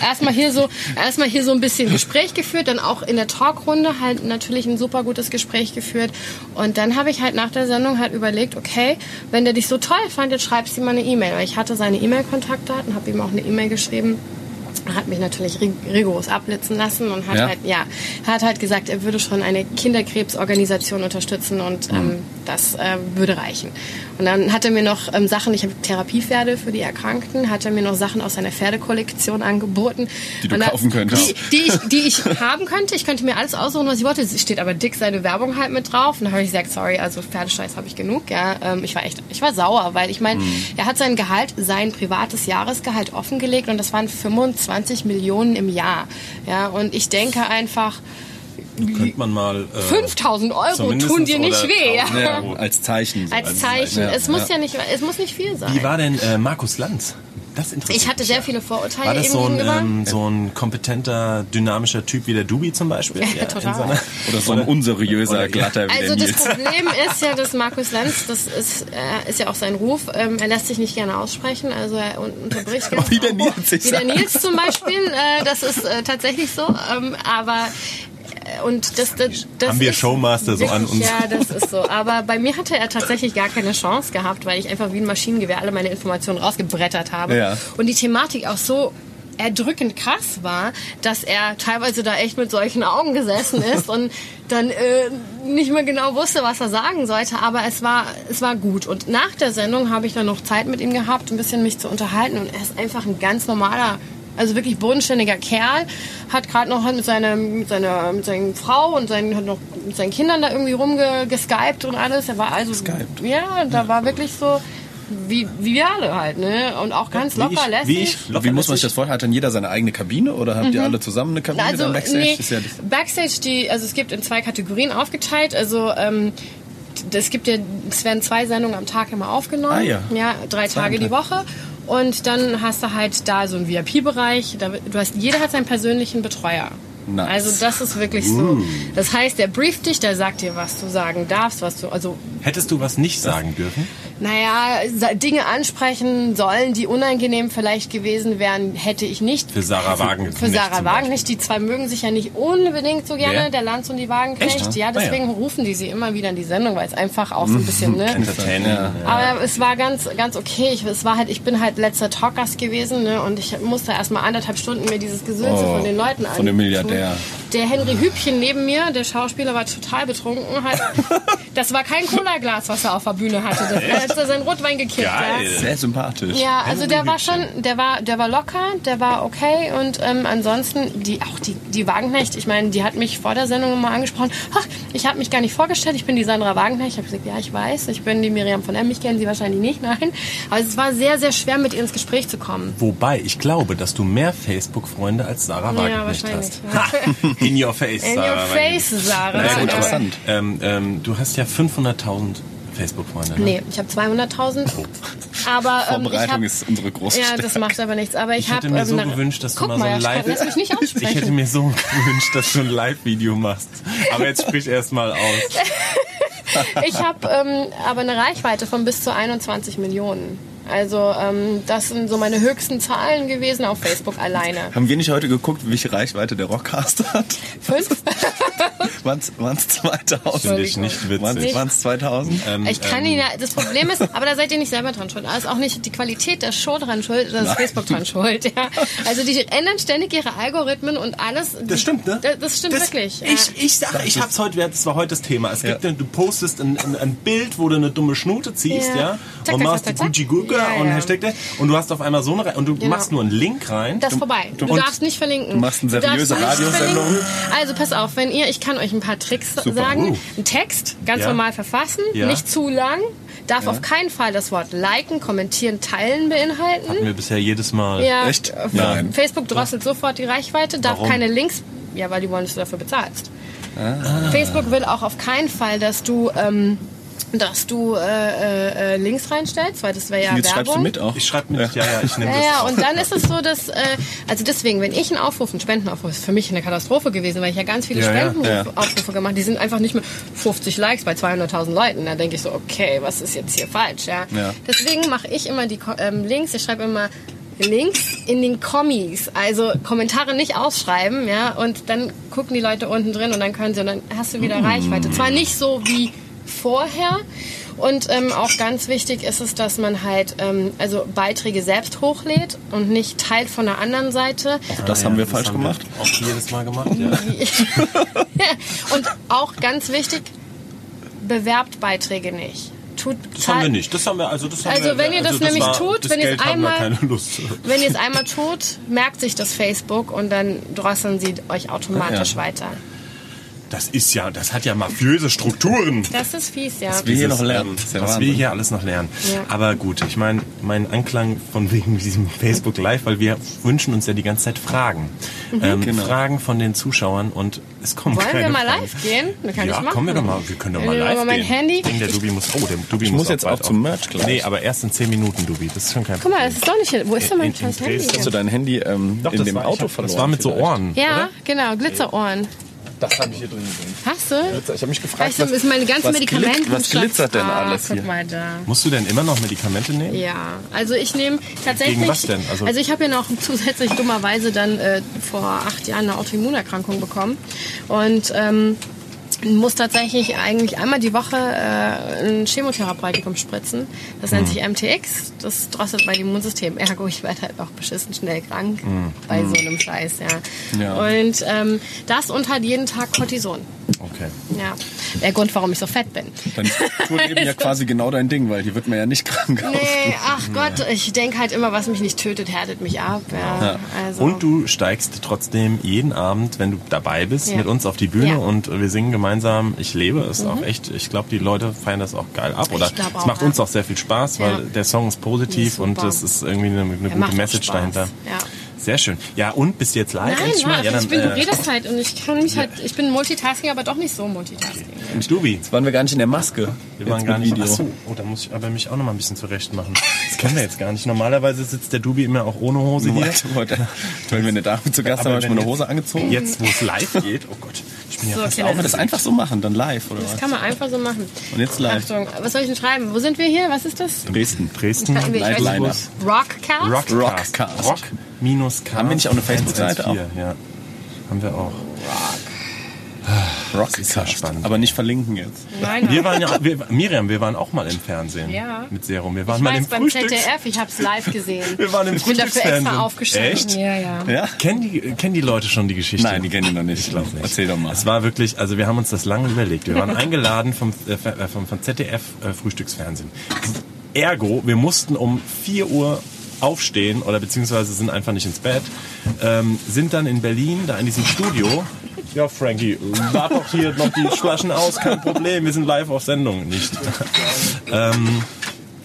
[SPEAKER 5] Erstmal hier so, erstmal hier so ein bisschen Gespräch geführt, dann auch in der Talkrunde halt natürlich ein super gutes Gespräch geführt. Und dann habe ich halt nach der Sendung halt überlegt, okay, wenn der dich so toll fand, jetzt schreibst du ihm mal eine E-Mail. Weil ich hatte seine E-Mail-Kontaktdaten, habe ihm auch eine E-Mail geschrieben. Er hat mich natürlich rig- rigoros abblitzen lassen und hat
[SPEAKER 4] Ja? Mhm.
[SPEAKER 5] halt, ja, hat halt gesagt, er würde schon eine Kinderkrebsorganisation unterstützen und ähm, Das äh, würde reichen. Und dann hat er mir noch ähm, Sachen, ich habe Therapiepferde für die Erkrankten, hat er mir noch Sachen aus seiner Pferdekollektion angeboten.
[SPEAKER 4] Die du
[SPEAKER 5] Und
[SPEAKER 4] kaufen könntest.
[SPEAKER 5] Die, die, ich, die ich haben könnte. Ich könnte mir alles aussuchen, was ich wollte. Es steht aber dick seine Werbung halt mit drauf. Und dann habe ich gesagt, sorry, also Pferdescheiß habe ich genug. Ja, ähm, ich war echt, ich war sauer, weil ich meine,
[SPEAKER 3] Mhm.
[SPEAKER 5] er hat sein Gehalt, sein privates Jahresgehalt offengelegt und das waren 25 Millionen im Jahr. Ja, und ich denke einfach,
[SPEAKER 3] Könnte man mal. Äh,
[SPEAKER 5] 5000 Euro tun dir nicht weh. Ja.
[SPEAKER 4] Ja, als Zeichen. so
[SPEAKER 5] Als Zeichen.
[SPEAKER 4] Ja,
[SPEAKER 5] es muss ja. nicht, es muss nicht viel sein.
[SPEAKER 3] Wie war denn äh, Markus Lanz? Das interessiert
[SPEAKER 5] ich hatte
[SPEAKER 3] mich
[SPEAKER 5] sehr
[SPEAKER 3] ja.
[SPEAKER 5] viele Vorurteile
[SPEAKER 3] War das
[SPEAKER 5] ihm
[SPEAKER 3] so ein,
[SPEAKER 5] gegenüber.
[SPEAKER 3] ähm, so ein kompetenter, dynamischer Typ wie der Dubi zum Beispiel?
[SPEAKER 5] <laughs> Ja,
[SPEAKER 3] in
[SPEAKER 5] total.
[SPEAKER 3] seiner-
[SPEAKER 4] Oder so ein
[SPEAKER 5] <laughs>
[SPEAKER 4] unseriöser,
[SPEAKER 3] Oder-
[SPEAKER 4] glatter wie
[SPEAKER 5] Also
[SPEAKER 4] der
[SPEAKER 5] das
[SPEAKER 3] <laughs>
[SPEAKER 4] Nils.
[SPEAKER 5] Problem ist ja, dass Markus Lanz, das ist, äh, ist ja auch sein Ruf, ähm, er lässt sich nicht gerne aussprechen, also er un
[SPEAKER 3] <laughs>
[SPEAKER 5] unterbricht
[SPEAKER 4] <laughs>
[SPEAKER 5] gerne.
[SPEAKER 4] Wie der Nils, ich
[SPEAKER 5] Genau. Wie der
[SPEAKER 4] sag.
[SPEAKER 5] Nils zum Beispiel, äh, das ist äh, tatsächlich so, ähm, aber äh, und das, das, das
[SPEAKER 3] Haben wir
[SPEAKER 5] ist
[SPEAKER 3] Showmaster so an
[SPEAKER 5] wirklich-
[SPEAKER 3] uns?
[SPEAKER 5] Ja, das ist so. Aber bei mir hatte er tatsächlich gar keine Chance gehabt, weil ich einfach wie ein Maschinengewehr alle meine Informationen rausgebrettert habe.
[SPEAKER 4] Ja.
[SPEAKER 5] Und die Thematik auch so erdrückend krass war, dass er teilweise da echt mit solchen Augen gesessen ist und dann äh, nicht mehr genau wusste, was er sagen sollte. Aber es war, es war gut. Und nach der Sendung habe ich dann noch Zeit mit ihm gehabt, ein bisschen mich zu unterhalten. Und er ist einfach ein ganz normaler, also wirklich bodenständiger Kerl. Hat gerade noch mit seiner, mit seiner, mit seiner Frau und seinen, hat noch mit seinen Kindern da irgendwie rumgeskypt und alles. Er war also, ja, da war wirklich so, wie, wie wir alle halt, ne? Und auch ganz
[SPEAKER 3] Wie
[SPEAKER 5] locker
[SPEAKER 3] ich-
[SPEAKER 5] lässig.
[SPEAKER 3] wie ich-
[SPEAKER 4] Wie muss man sich das vorstellen? Hat dann jeder seine eigene Kabine oder habt ihr alle zusammen eine Kabine?
[SPEAKER 5] also,
[SPEAKER 4] dann Backstage
[SPEAKER 5] nee,
[SPEAKER 4] ist ja nicht
[SPEAKER 5] Backstage, die, also es gibt in zwei Kategorien aufgeteilt. Also ähm, es gibt ja, es werden zwei Sendungen am Tag immer aufgenommen.
[SPEAKER 4] Ah, ja.
[SPEAKER 5] drei
[SPEAKER 4] Zwei
[SPEAKER 5] Tage
[SPEAKER 4] am
[SPEAKER 5] die Woche. Und dann hast du halt da so einen VIP-Bereich. Da- Du hast, jeder hat seinen persönlichen Betreuer.
[SPEAKER 4] Nice.
[SPEAKER 5] Also das ist wirklich so. Das heißt, der brieft dich, der sagt dir, was du sagen darfst, was du, also
[SPEAKER 3] Hättest du was nicht sagen dürfen?
[SPEAKER 5] naja, sa- Dinge ansprechen sollen, die unangenehm vielleicht gewesen wären, hätte ich nicht. Also,
[SPEAKER 3] Für Sarah Wagen
[SPEAKER 5] Für
[SPEAKER 3] nicht
[SPEAKER 5] Sarah
[SPEAKER 3] zum
[SPEAKER 5] Wagen
[SPEAKER 3] Beispiel.
[SPEAKER 5] nicht. Die zwei mögen sich ja nicht unbedingt so gerne,
[SPEAKER 3] Wer?
[SPEAKER 5] der Lanz und die Wagenknecht.
[SPEAKER 3] Echt?
[SPEAKER 5] Ja,
[SPEAKER 3] Ah, ja. Hm.
[SPEAKER 5] deswegen rufen die sie immer wieder in die Sendung, weil es einfach auch so ein bisschen, ne?
[SPEAKER 3] Entertaining. ja.
[SPEAKER 5] Aber es war ganz, ganz okay. Ich, es war halt, ich bin halt letzter Talkgast gewesen ne? und ich musste erstmal anderthalb Stunden mir dieses Gesülze
[SPEAKER 4] Oh,
[SPEAKER 5] von den Leuten
[SPEAKER 4] von dem Milliardär.
[SPEAKER 5] antun. Der Henry Hübchen neben mir, der Schauspieler, war total betrunken.
[SPEAKER 4] <laughs>
[SPEAKER 5] Halt. Das war kein Cola-Glas, was er auf der Bühne hatte. Das, er hat da seinen Rotwein gekippt.
[SPEAKER 3] Geil.
[SPEAKER 5] Ja.
[SPEAKER 4] sehr sympathisch.
[SPEAKER 5] Ja, also der war schon, der war, der war locker, der war okay und ähm, ansonsten die auch die die Wagenknecht. Ich meine, die hat mich vor der Sendung mal angesprochen. Ach, ich habe mich gar nicht vorgestellt. Ich bin die Sandra Wagenknecht. Ich habe gesagt, ja, ich weiß, ich bin die Miriam von M. Ich kenne Sie wahrscheinlich nicht, <laughs> nein. Also es war sehr, sehr schwer, mit ihr ins Gespräch zu kommen.
[SPEAKER 3] Wobei, ich glaube, dass du mehr Facebook-Freunde als Sarah Wagen nicht hast.
[SPEAKER 5] wahrscheinlich, ja.
[SPEAKER 3] Ha! In your face,
[SPEAKER 5] In
[SPEAKER 3] Sarah
[SPEAKER 5] your
[SPEAKER 3] Wagenknecht.
[SPEAKER 5] face, Sarah.
[SPEAKER 3] Na ja, gut,
[SPEAKER 5] Ja.
[SPEAKER 3] aber
[SPEAKER 4] Interessant.
[SPEAKER 3] ähm, ähm, du hast ja 500.000 Facebook-Freunde. Ne? Oh.
[SPEAKER 5] Nee, ich habe 200.000. Aber ähm, ich
[SPEAKER 4] Oh, Vorbereitung
[SPEAKER 5] hab,
[SPEAKER 4] ist unsere große
[SPEAKER 5] ja, das macht aber nichts. Aber ich,
[SPEAKER 3] Ich hätte
[SPEAKER 5] hab,
[SPEAKER 3] mir
[SPEAKER 5] ähm,
[SPEAKER 3] so
[SPEAKER 5] na-
[SPEAKER 3] gewünscht, dass du
[SPEAKER 5] guck
[SPEAKER 3] mal so ein
[SPEAKER 5] ja,
[SPEAKER 3] Live...
[SPEAKER 5] Lass mich nicht aussprechen.
[SPEAKER 3] <laughs> ich hätte mir so gewünscht, dass du ein Live-Video machst. Aber jetzt sprich erst mal <laughs> aus.
[SPEAKER 5] <laughs> Ich habe ähm, aber eine Reichweite von bis zu 21 Millionen. Also ähm, das sind so meine höchsten Zahlen gewesen auf Facebook alleine.
[SPEAKER 4] Haben wir nicht heute geguckt, welche Reichweite der Rockcast
[SPEAKER 5] <laughs>
[SPEAKER 4] hat?
[SPEAKER 5] Fünf?
[SPEAKER 4] Waren es 2000?
[SPEAKER 3] Finde ich nicht witzig.
[SPEAKER 4] Waren es 2000?
[SPEAKER 5] Ich
[SPEAKER 3] Ähm.
[SPEAKER 5] kann ihn ja, das Problem ist, aber da seid ihr nicht selber dran schuld. Da ist auch nicht die Qualität der Show dran schuld, da ist Facebook dran schuld. Ja. Also die ändern ständig ihre Algorithmen und alles.
[SPEAKER 3] Das stimmt, ne?
[SPEAKER 5] Das, das stimmt wirklich. ja.
[SPEAKER 3] Ich, ich sage, ich hab's heute, wir- das war heute das Thema. Es gibt,
[SPEAKER 4] Ja.
[SPEAKER 3] du postest ein, ein, ein Bild, wo du eine dumme Schnute ziehst,
[SPEAKER 5] Ja.
[SPEAKER 3] ja,
[SPEAKER 5] Zack,
[SPEAKER 3] und
[SPEAKER 5] zack,
[SPEAKER 3] machst
[SPEAKER 5] zack,
[SPEAKER 3] die
[SPEAKER 5] zack.
[SPEAKER 3] Gucci Guga
[SPEAKER 5] Ja,
[SPEAKER 3] und
[SPEAKER 5] ja. Genau.
[SPEAKER 3] Hashtag das. und du hast auf einmal so eine, Re- und du machst nur einen Link rein.
[SPEAKER 5] Das ist vorbei. Du,
[SPEAKER 3] und-
[SPEAKER 5] darfst nicht verlinken.
[SPEAKER 4] Du machst eine seriöse
[SPEAKER 5] darfst nicht
[SPEAKER 4] Radiosendung.
[SPEAKER 5] verlinken. Also pass auf, wenn ihr, ich kann euch ein paar Tricks
[SPEAKER 4] Super. Oh.
[SPEAKER 5] sagen.
[SPEAKER 3] Uh.
[SPEAKER 5] Ein Text, ganz
[SPEAKER 3] Ja.
[SPEAKER 5] normal verfassen,
[SPEAKER 3] Ja.
[SPEAKER 5] nicht zu lang. Darf auf keinen Fall das Wort liken, kommentieren, teilen beinhalten.
[SPEAKER 3] Hatten wir bisher jedes Mal.
[SPEAKER 5] Ja,
[SPEAKER 4] Echt?
[SPEAKER 5] äh,
[SPEAKER 4] Nein.
[SPEAKER 5] Facebook drosselt sofort die Reichweite, darf
[SPEAKER 3] Warum?
[SPEAKER 5] keine Links. Ja, weil die wollen, dass du dafür bezahlst.
[SPEAKER 4] Ah.
[SPEAKER 5] Facebook will auch auf keinen Fall, dass du, ähm, dass du äh, äh, äh, Links reinstellst, weil das wäre ja
[SPEAKER 4] Jetzt
[SPEAKER 5] Werbung.
[SPEAKER 4] schreibst du mit auch.
[SPEAKER 3] Ich schreibe mir nicht, ja, ja, ich nehme
[SPEAKER 5] Ja, ja,
[SPEAKER 3] das.
[SPEAKER 5] und dann ist es so, dass, äh, also deswegen, wenn ich einen Aufruf, einen Spendenaufruf, ist für mich eine Katastrophe gewesen, weil ich ja ganz viele
[SPEAKER 3] Ja, ja,
[SPEAKER 5] Spendenaufrufe Aufrufe gemacht, die sind einfach nicht mehr 50 Likes bei 200.000 Leuten. Da denke ich so, okay, was ist jetzt hier falsch, ja.
[SPEAKER 4] Ja.
[SPEAKER 5] Deswegen mache ich immer die Ko- ähm, Links, ich schreibe immer Links in den Kommis, also Kommentare nicht ausschreiben, ja, und dann gucken die Leute unten drin und dann können sie, und dann hast du wieder
[SPEAKER 3] Mm.
[SPEAKER 5] Reichweite. Zwar nicht so wie vorher. Und ähm, auch ganz wichtig ist es, dass man halt ähm, also Beiträge selbst hochlädt und nicht teilt von der anderen Seite.
[SPEAKER 4] Das haben wir falsch gemacht.
[SPEAKER 3] Auch
[SPEAKER 5] <laughs>
[SPEAKER 3] jedes Mal gemacht, ja.
[SPEAKER 5] und auch ganz wichtig, bewerbt Beiträge nicht. Tut,
[SPEAKER 3] Das haben wir nicht. Das haben wir, also das haben
[SPEAKER 5] Also,
[SPEAKER 3] wir,
[SPEAKER 5] wenn ihr das nämlich
[SPEAKER 3] war-
[SPEAKER 5] tut,
[SPEAKER 3] das
[SPEAKER 5] wenn ihr es
[SPEAKER 3] Geld haben wir
[SPEAKER 5] einmal-
[SPEAKER 3] keine Lust.
[SPEAKER 5] Wenn ihr es einmal tut, merkt sich das Facebook und dann drosseln sie euch automatisch weiter.
[SPEAKER 3] Das ist ja, das hat ja mafiöse Strukturen.
[SPEAKER 5] Das ist fies, ja.
[SPEAKER 4] wir hier
[SPEAKER 3] Dieses,
[SPEAKER 4] noch lernen.
[SPEAKER 3] ähm,
[SPEAKER 4] Das ist ja
[SPEAKER 3] was
[SPEAKER 4] Wahnsinn.
[SPEAKER 3] wir hier alles noch lernen.
[SPEAKER 5] Ja.
[SPEAKER 3] Aber gut, ich meine, mein Anklang von wegen diesem Facebook Live, weil wir wünschen uns ja die ganze Zeit Fragen. Ähm,
[SPEAKER 4] Genau.
[SPEAKER 3] Fragen von den Zuschauern und es kommen
[SPEAKER 5] Mhm. Wollen
[SPEAKER 3] keine
[SPEAKER 5] wir mal
[SPEAKER 3] Fragen.
[SPEAKER 5] live gehen? Das kann
[SPEAKER 3] ja,
[SPEAKER 5] ich machen.
[SPEAKER 3] kommen wir doch mal. Wir können doch
[SPEAKER 5] Ich
[SPEAKER 3] mal
[SPEAKER 5] nehme
[SPEAKER 3] live
[SPEAKER 5] mal mein
[SPEAKER 3] gehen.
[SPEAKER 5] Handy.
[SPEAKER 3] Ich denke, der Dubi muss. Oh, der Dubi ich
[SPEAKER 4] muss jetzt auch zum Merch gleich.
[SPEAKER 3] Nee, aber erst in 10 Minuten, Dubi. Das ist schon kein
[SPEAKER 5] Guck mal, das ist doch nicht. hier. Wo ist denn mein
[SPEAKER 3] In- in
[SPEAKER 5] kleines Handy?
[SPEAKER 3] Dresden.
[SPEAKER 4] Hast du dein Handy ähm,
[SPEAKER 3] Doch,
[SPEAKER 4] in
[SPEAKER 3] das
[SPEAKER 4] dem
[SPEAKER 3] war, ich
[SPEAKER 4] Auto
[SPEAKER 3] hab-
[SPEAKER 4] verloren?
[SPEAKER 3] Das war mit so
[SPEAKER 4] vielleicht?
[SPEAKER 3] Ohren.
[SPEAKER 5] Ja, genau, Glitzerohren.
[SPEAKER 4] Das habe ich hier drin gesehen.
[SPEAKER 5] Hast du?
[SPEAKER 4] Ich habe mich gefragt,
[SPEAKER 5] Weißt du, ist meine ganze
[SPEAKER 4] was
[SPEAKER 5] Medikamente.
[SPEAKER 4] glit- was glitzert denn alles
[SPEAKER 5] ah,
[SPEAKER 4] hier?
[SPEAKER 5] Guck mal da.
[SPEAKER 3] Musst du denn immer noch Medikamente nehmen?
[SPEAKER 5] Ja, also ich nehme tatsächlich.
[SPEAKER 3] Gegen was denn? Also-
[SPEAKER 5] Also, ich habe ja noch <laughs> zusätzlich dummerweise dann äh, vor acht Jahren eine Autoimmunerkrankung bekommen und ähm, muss tatsächlich eigentlich einmal die Woche äh, ein Chemotherapeutikum spritzen. Das nennt sich MTX. Das drosselt mein Immunsystem. Ergo, ich werde halt auch beschissen schnell krank bei so einem Scheiß, ja.
[SPEAKER 4] Ja.
[SPEAKER 5] Und ähm, das und halt jeden Tag Cortison.
[SPEAKER 3] Okay.
[SPEAKER 5] Ja. Der Grund, warum ich so fett bin.
[SPEAKER 4] Dann
[SPEAKER 5] <laughs>
[SPEAKER 4] tut eben ja quasi genau dein Ding, weil hier wird man ja nicht <laughs> krank.
[SPEAKER 5] Nee, ach Gott, ich denke halt immer, was mich nicht tötet, härtet mich ab. Ja, also.
[SPEAKER 3] Und du steigst trotzdem jeden Abend, wenn du dabei bist,
[SPEAKER 5] Ja.
[SPEAKER 3] mit uns auf die Bühne
[SPEAKER 5] Ja. Mhm.
[SPEAKER 3] und wir singen gemeinsam Ich lebe. Ist auch echt, ich glaube, die Leute feiern das auch geil ab. Oder
[SPEAKER 5] glaub
[SPEAKER 3] es
[SPEAKER 5] auch,
[SPEAKER 3] macht
[SPEAKER 5] ja.
[SPEAKER 3] uns auch sehr viel Spaß, weil
[SPEAKER 5] Ja.
[SPEAKER 3] der Song ist positiv
[SPEAKER 5] Ist super.
[SPEAKER 3] und es ist irgendwie eine, eine
[SPEAKER 5] macht
[SPEAKER 3] gute
[SPEAKER 5] auch
[SPEAKER 3] Message
[SPEAKER 5] Spaß.
[SPEAKER 3] dahinter.
[SPEAKER 5] Ja.
[SPEAKER 3] Sehr schön. Ja, und bist du jetzt live?
[SPEAKER 5] Nein,
[SPEAKER 3] endlich
[SPEAKER 5] warte,
[SPEAKER 3] Ja,
[SPEAKER 5] ich bin, du
[SPEAKER 3] äh,
[SPEAKER 5] redest halt und ich kann mich halt, ich bin Multitasking, aber doch nicht so Multitasking.
[SPEAKER 3] Dubi,
[SPEAKER 4] Waren wir gar nicht in der Maske?
[SPEAKER 3] wir
[SPEAKER 4] Jetzt
[SPEAKER 3] waren gar
[SPEAKER 4] mit
[SPEAKER 3] nicht.
[SPEAKER 4] <laughs>
[SPEAKER 3] Achso, oh, da muss ich aber mich auch noch mal ein bisschen zurecht machen. Das können wir jetzt gar nicht. Normalerweise sitzt der Dubi immer auch ohne Hose hier.
[SPEAKER 4] Heute, heute, wenn wir eine Dame zu Gast haben,
[SPEAKER 3] Aber
[SPEAKER 4] habe ich mir eine
[SPEAKER 3] wenn
[SPEAKER 4] Hose angezogen.
[SPEAKER 3] Jetzt, wo es live geht, oh Gott, ich bin ja
[SPEAKER 5] So,
[SPEAKER 3] fast
[SPEAKER 5] okay,
[SPEAKER 4] Wollen wir das einfach so machen, dann live, oder
[SPEAKER 5] Das
[SPEAKER 4] was?
[SPEAKER 5] kann man einfach so machen.
[SPEAKER 4] Und jetzt live.
[SPEAKER 5] Achtung, was soll ich denn schreiben? Wo sind wir hier? Was ist das?
[SPEAKER 4] Dresden.
[SPEAKER 3] Dresden.
[SPEAKER 5] Ich weiß
[SPEAKER 4] Live-Liner.
[SPEAKER 5] nicht. Rockcast?
[SPEAKER 3] Rockcast.
[SPEAKER 4] Rockcast.
[SPEAKER 3] Rock minus Cast.
[SPEAKER 4] Haben wir nicht auch eine Facebook-Seite
[SPEAKER 3] 114, Ja, haben wir auch.
[SPEAKER 4] Rock
[SPEAKER 3] ist ja spannend.
[SPEAKER 4] Aber nicht verlinken jetzt.
[SPEAKER 5] Nein,
[SPEAKER 3] Wir waren ja, auch- wir, Miriam, wir waren auch mal im Fernsehen
[SPEAKER 5] Ja.
[SPEAKER 3] mit Serum. Wir waren
[SPEAKER 5] ich
[SPEAKER 3] mal
[SPEAKER 5] weiß,
[SPEAKER 3] im
[SPEAKER 5] beim
[SPEAKER 3] Frühstücks.
[SPEAKER 5] ZDF, ich hab's live gesehen.
[SPEAKER 3] <laughs> Wir waren im
[SPEAKER 5] ich bin dafür
[SPEAKER 3] Frühstücksfernsehen.
[SPEAKER 5] extra aufgestanden.
[SPEAKER 3] Echt?
[SPEAKER 5] Ja, ja.
[SPEAKER 4] Ja?
[SPEAKER 3] Kennen die, kennen die Leute schon die Geschichte?
[SPEAKER 4] Nein, die kennen ihn noch nicht.
[SPEAKER 3] glaub nicht.
[SPEAKER 4] Erzähl doch mal.
[SPEAKER 3] Es war wirklich, also wir haben uns das lange überlegt. Wir waren eingeladen vom, äh, vom, vom ZDF äh, Frühstücksfernsehen. Ergo, wir mussten um 4 Uhr aufstehen oder beziehungsweise sind einfach nicht ins Bett, ähm, sind dann in Berlin, da in diesem Studio. Ja, Frankie, war doch hier noch die Flaschen aus, kein Problem, wir sind live auf Sendung, nicht? ähm,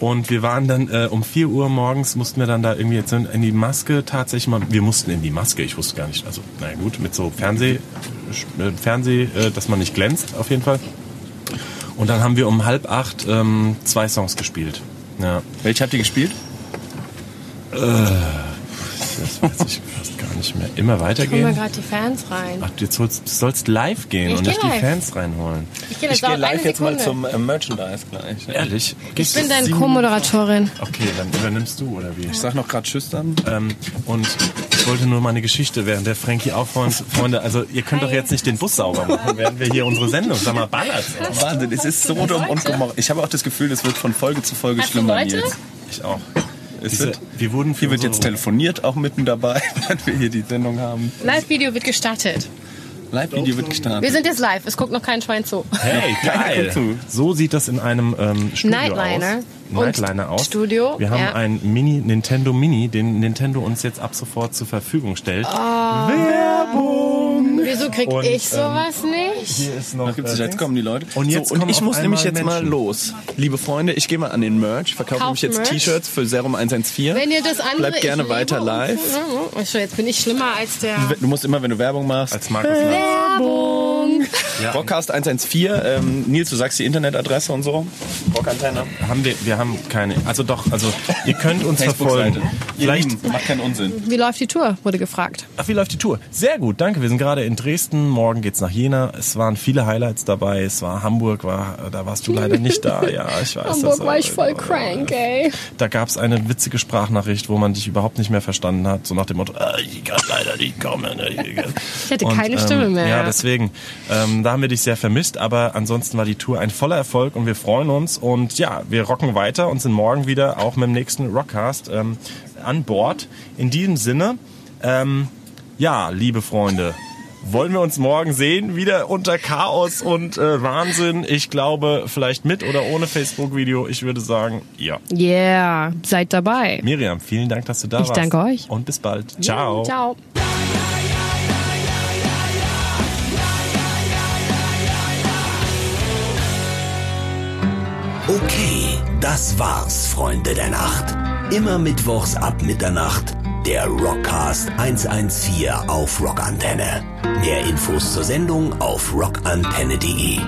[SPEAKER 3] und wir waren dann äh, um 4 Uhr morgens, mussten wir dann da irgendwie jetzt in, in die Maske tatsächlich mal. Wir mussten in die Maske, ich wusste gar nicht. Also, naja, gut, mit so Fernseh, äh, Fernseh äh, dass man nicht glänzt, auf jeden Fall. Und dann haben wir um halb acht ähm, zwei Songs gespielt. Ja,
[SPEAKER 4] Welche habt ihr gespielt?
[SPEAKER 3] das weiß ich <laughs> fast gar nicht mehr. Immer
[SPEAKER 5] Holen wir
[SPEAKER 3] weitergehen.
[SPEAKER 5] gerade die Fans rein.
[SPEAKER 3] Ach, du jetzt holst, du sollst live gehen
[SPEAKER 5] Ich
[SPEAKER 3] und
[SPEAKER 5] geh
[SPEAKER 3] nicht die
[SPEAKER 5] live.
[SPEAKER 3] Fans reinholen.
[SPEAKER 5] Ich gehe das dauert eine Sekunde.
[SPEAKER 4] äh, Merchandise gleich.
[SPEAKER 3] Ehrlich?
[SPEAKER 5] Ich bin deine Co-Moderatorin.
[SPEAKER 3] Okay, dann übernimmst du, oder wie?
[SPEAKER 4] Ich sag noch gerade Tschüss dann.
[SPEAKER 3] Ähm, und ich wollte nur meine Geschichte, während der Frankie aufräumt. Freunde, also ihr könnt doch jetzt nicht den Bus sauber machen, während wir hier unsere Sendung, sag mal, ballert.
[SPEAKER 4] Wahnsinn, es ist so dumm und gemorgen. Ich habe auch das Gefühl, es wird von Folge zu Folge
[SPEAKER 5] Hast du
[SPEAKER 4] schlimmer.
[SPEAKER 5] Leute?
[SPEAKER 4] Nils.
[SPEAKER 3] Ich auch.
[SPEAKER 4] Es
[SPEAKER 3] Diese,
[SPEAKER 4] wird,
[SPEAKER 3] wir wurden für
[SPEAKER 4] hier wird jetzt
[SPEAKER 3] unsere-
[SPEAKER 4] telefoniert, auch mitten dabei, <laughs> wenn wir hier die Sendung haben.
[SPEAKER 5] Live-Video wird gestartet.
[SPEAKER 4] Live-Video wird
[SPEAKER 5] Wir
[SPEAKER 4] gestartet.
[SPEAKER 5] sind jetzt live, es guckt noch kein Schwein zu.
[SPEAKER 3] Hey,
[SPEAKER 4] Keiner
[SPEAKER 3] geil.
[SPEAKER 4] kommt zu.
[SPEAKER 3] So sieht das in einem ähm, Studio
[SPEAKER 5] Nightliner
[SPEAKER 3] aus.
[SPEAKER 5] und
[SPEAKER 3] Nightliner aus.
[SPEAKER 5] Studio,
[SPEAKER 3] Wir haben
[SPEAKER 5] ja.
[SPEAKER 3] ein Mini Nintendo Mini, den Nintendo uns jetzt ab sofort zur Verfügung stellt.
[SPEAKER 5] Ah.
[SPEAKER 3] Werbung.
[SPEAKER 5] Wieso krieg
[SPEAKER 3] Und, ähm,
[SPEAKER 5] ich sowas nicht?
[SPEAKER 3] Hier ist noch.
[SPEAKER 4] Ach, gibt's nicht, Jetzt kommen die Leute.
[SPEAKER 3] Und jetzt
[SPEAKER 4] so, und
[SPEAKER 3] kommen
[SPEAKER 4] ich
[SPEAKER 3] auf
[SPEAKER 4] muss nämlich jetzt
[SPEAKER 3] einmal
[SPEAKER 4] mal
[SPEAKER 3] Menschen.
[SPEAKER 4] los. Liebe Freunde, ich gehe mal an den Merch, verkaufe
[SPEAKER 5] Kauf
[SPEAKER 4] nämlich jetzt
[SPEAKER 5] Merch.
[SPEAKER 4] T-Shirts für Serum 114.
[SPEAKER 5] Wenn ihr das andere.
[SPEAKER 4] Bleibt gerne
[SPEAKER 5] ich lebe
[SPEAKER 4] weiter
[SPEAKER 5] und-
[SPEAKER 4] live.
[SPEAKER 5] Also Jetzt bin ich schlimmer als der.
[SPEAKER 4] Du musst immer, wenn du Werbung machst,
[SPEAKER 3] Als Markus Lanz.
[SPEAKER 5] Werbung.
[SPEAKER 3] Ja.
[SPEAKER 4] Rockcast 114, ähm, Nils, du sagst die Internetadresse und so. Rockantenne.
[SPEAKER 3] Haben wir, wir haben keine. Also doch, also ihr könnt
[SPEAKER 4] <laughs>
[SPEAKER 3] uns verfolgen. Vielleicht.
[SPEAKER 4] Vielleicht macht keinen Unsinn.
[SPEAKER 5] Wie läuft die Tour? Wurde gefragt.
[SPEAKER 3] Ach, wie läuft die Tour? Sehr gut, danke. Wir sind gerade in Dresden. Morgen geht's nach Jena. Es waren viele Highlights dabei. Es war Hamburg, war, da warst du leider nicht da. Ja, ich weiß.
[SPEAKER 5] Hamburg
[SPEAKER 3] das,
[SPEAKER 5] war ich
[SPEAKER 3] äh,
[SPEAKER 5] voll
[SPEAKER 3] äh,
[SPEAKER 5] crank, ey.
[SPEAKER 3] Da gab's eine witzige Sprachnachricht, wo man dich überhaupt nicht mehr verstanden hat. So nach dem Motto, ah, ich kann leider nicht kommen. <laughs> Ich
[SPEAKER 5] hatte keine Stimme mehr.
[SPEAKER 3] Ja, deswegen. Ähm, da haben wir dich sehr vermisst. Aber ansonsten war die Tour ein voller Erfolg und wir freuen uns. Und ja, wir rocken weiter und sind morgen wieder auch mit dem nächsten Rockcast ähm, an Bord. In diesem Sinne, ähm, ja, liebe Freunde, Wollen wir uns morgen sehen? Wieder unter Chaos und äh, Wahnsinn. Ich glaube, vielleicht mit oder ohne Facebook-Video. Ich würde sagen, ja.
[SPEAKER 7] Yeah, seid dabei.
[SPEAKER 3] Miriam, vielen Dank, dass du da
[SPEAKER 7] Ich
[SPEAKER 3] warst.
[SPEAKER 7] danke euch.
[SPEAKER 3] Und bis bald. Ciao.
[SPEAKER 7] Ciao.
[SPEAKER 1] Okay, das war's, Freunde der Nacht. Immer mittwochs ab Mitternacht der Rockcast 114 auf Rockantenne. Mehr Infos zur Sendung auf rockantenne.de.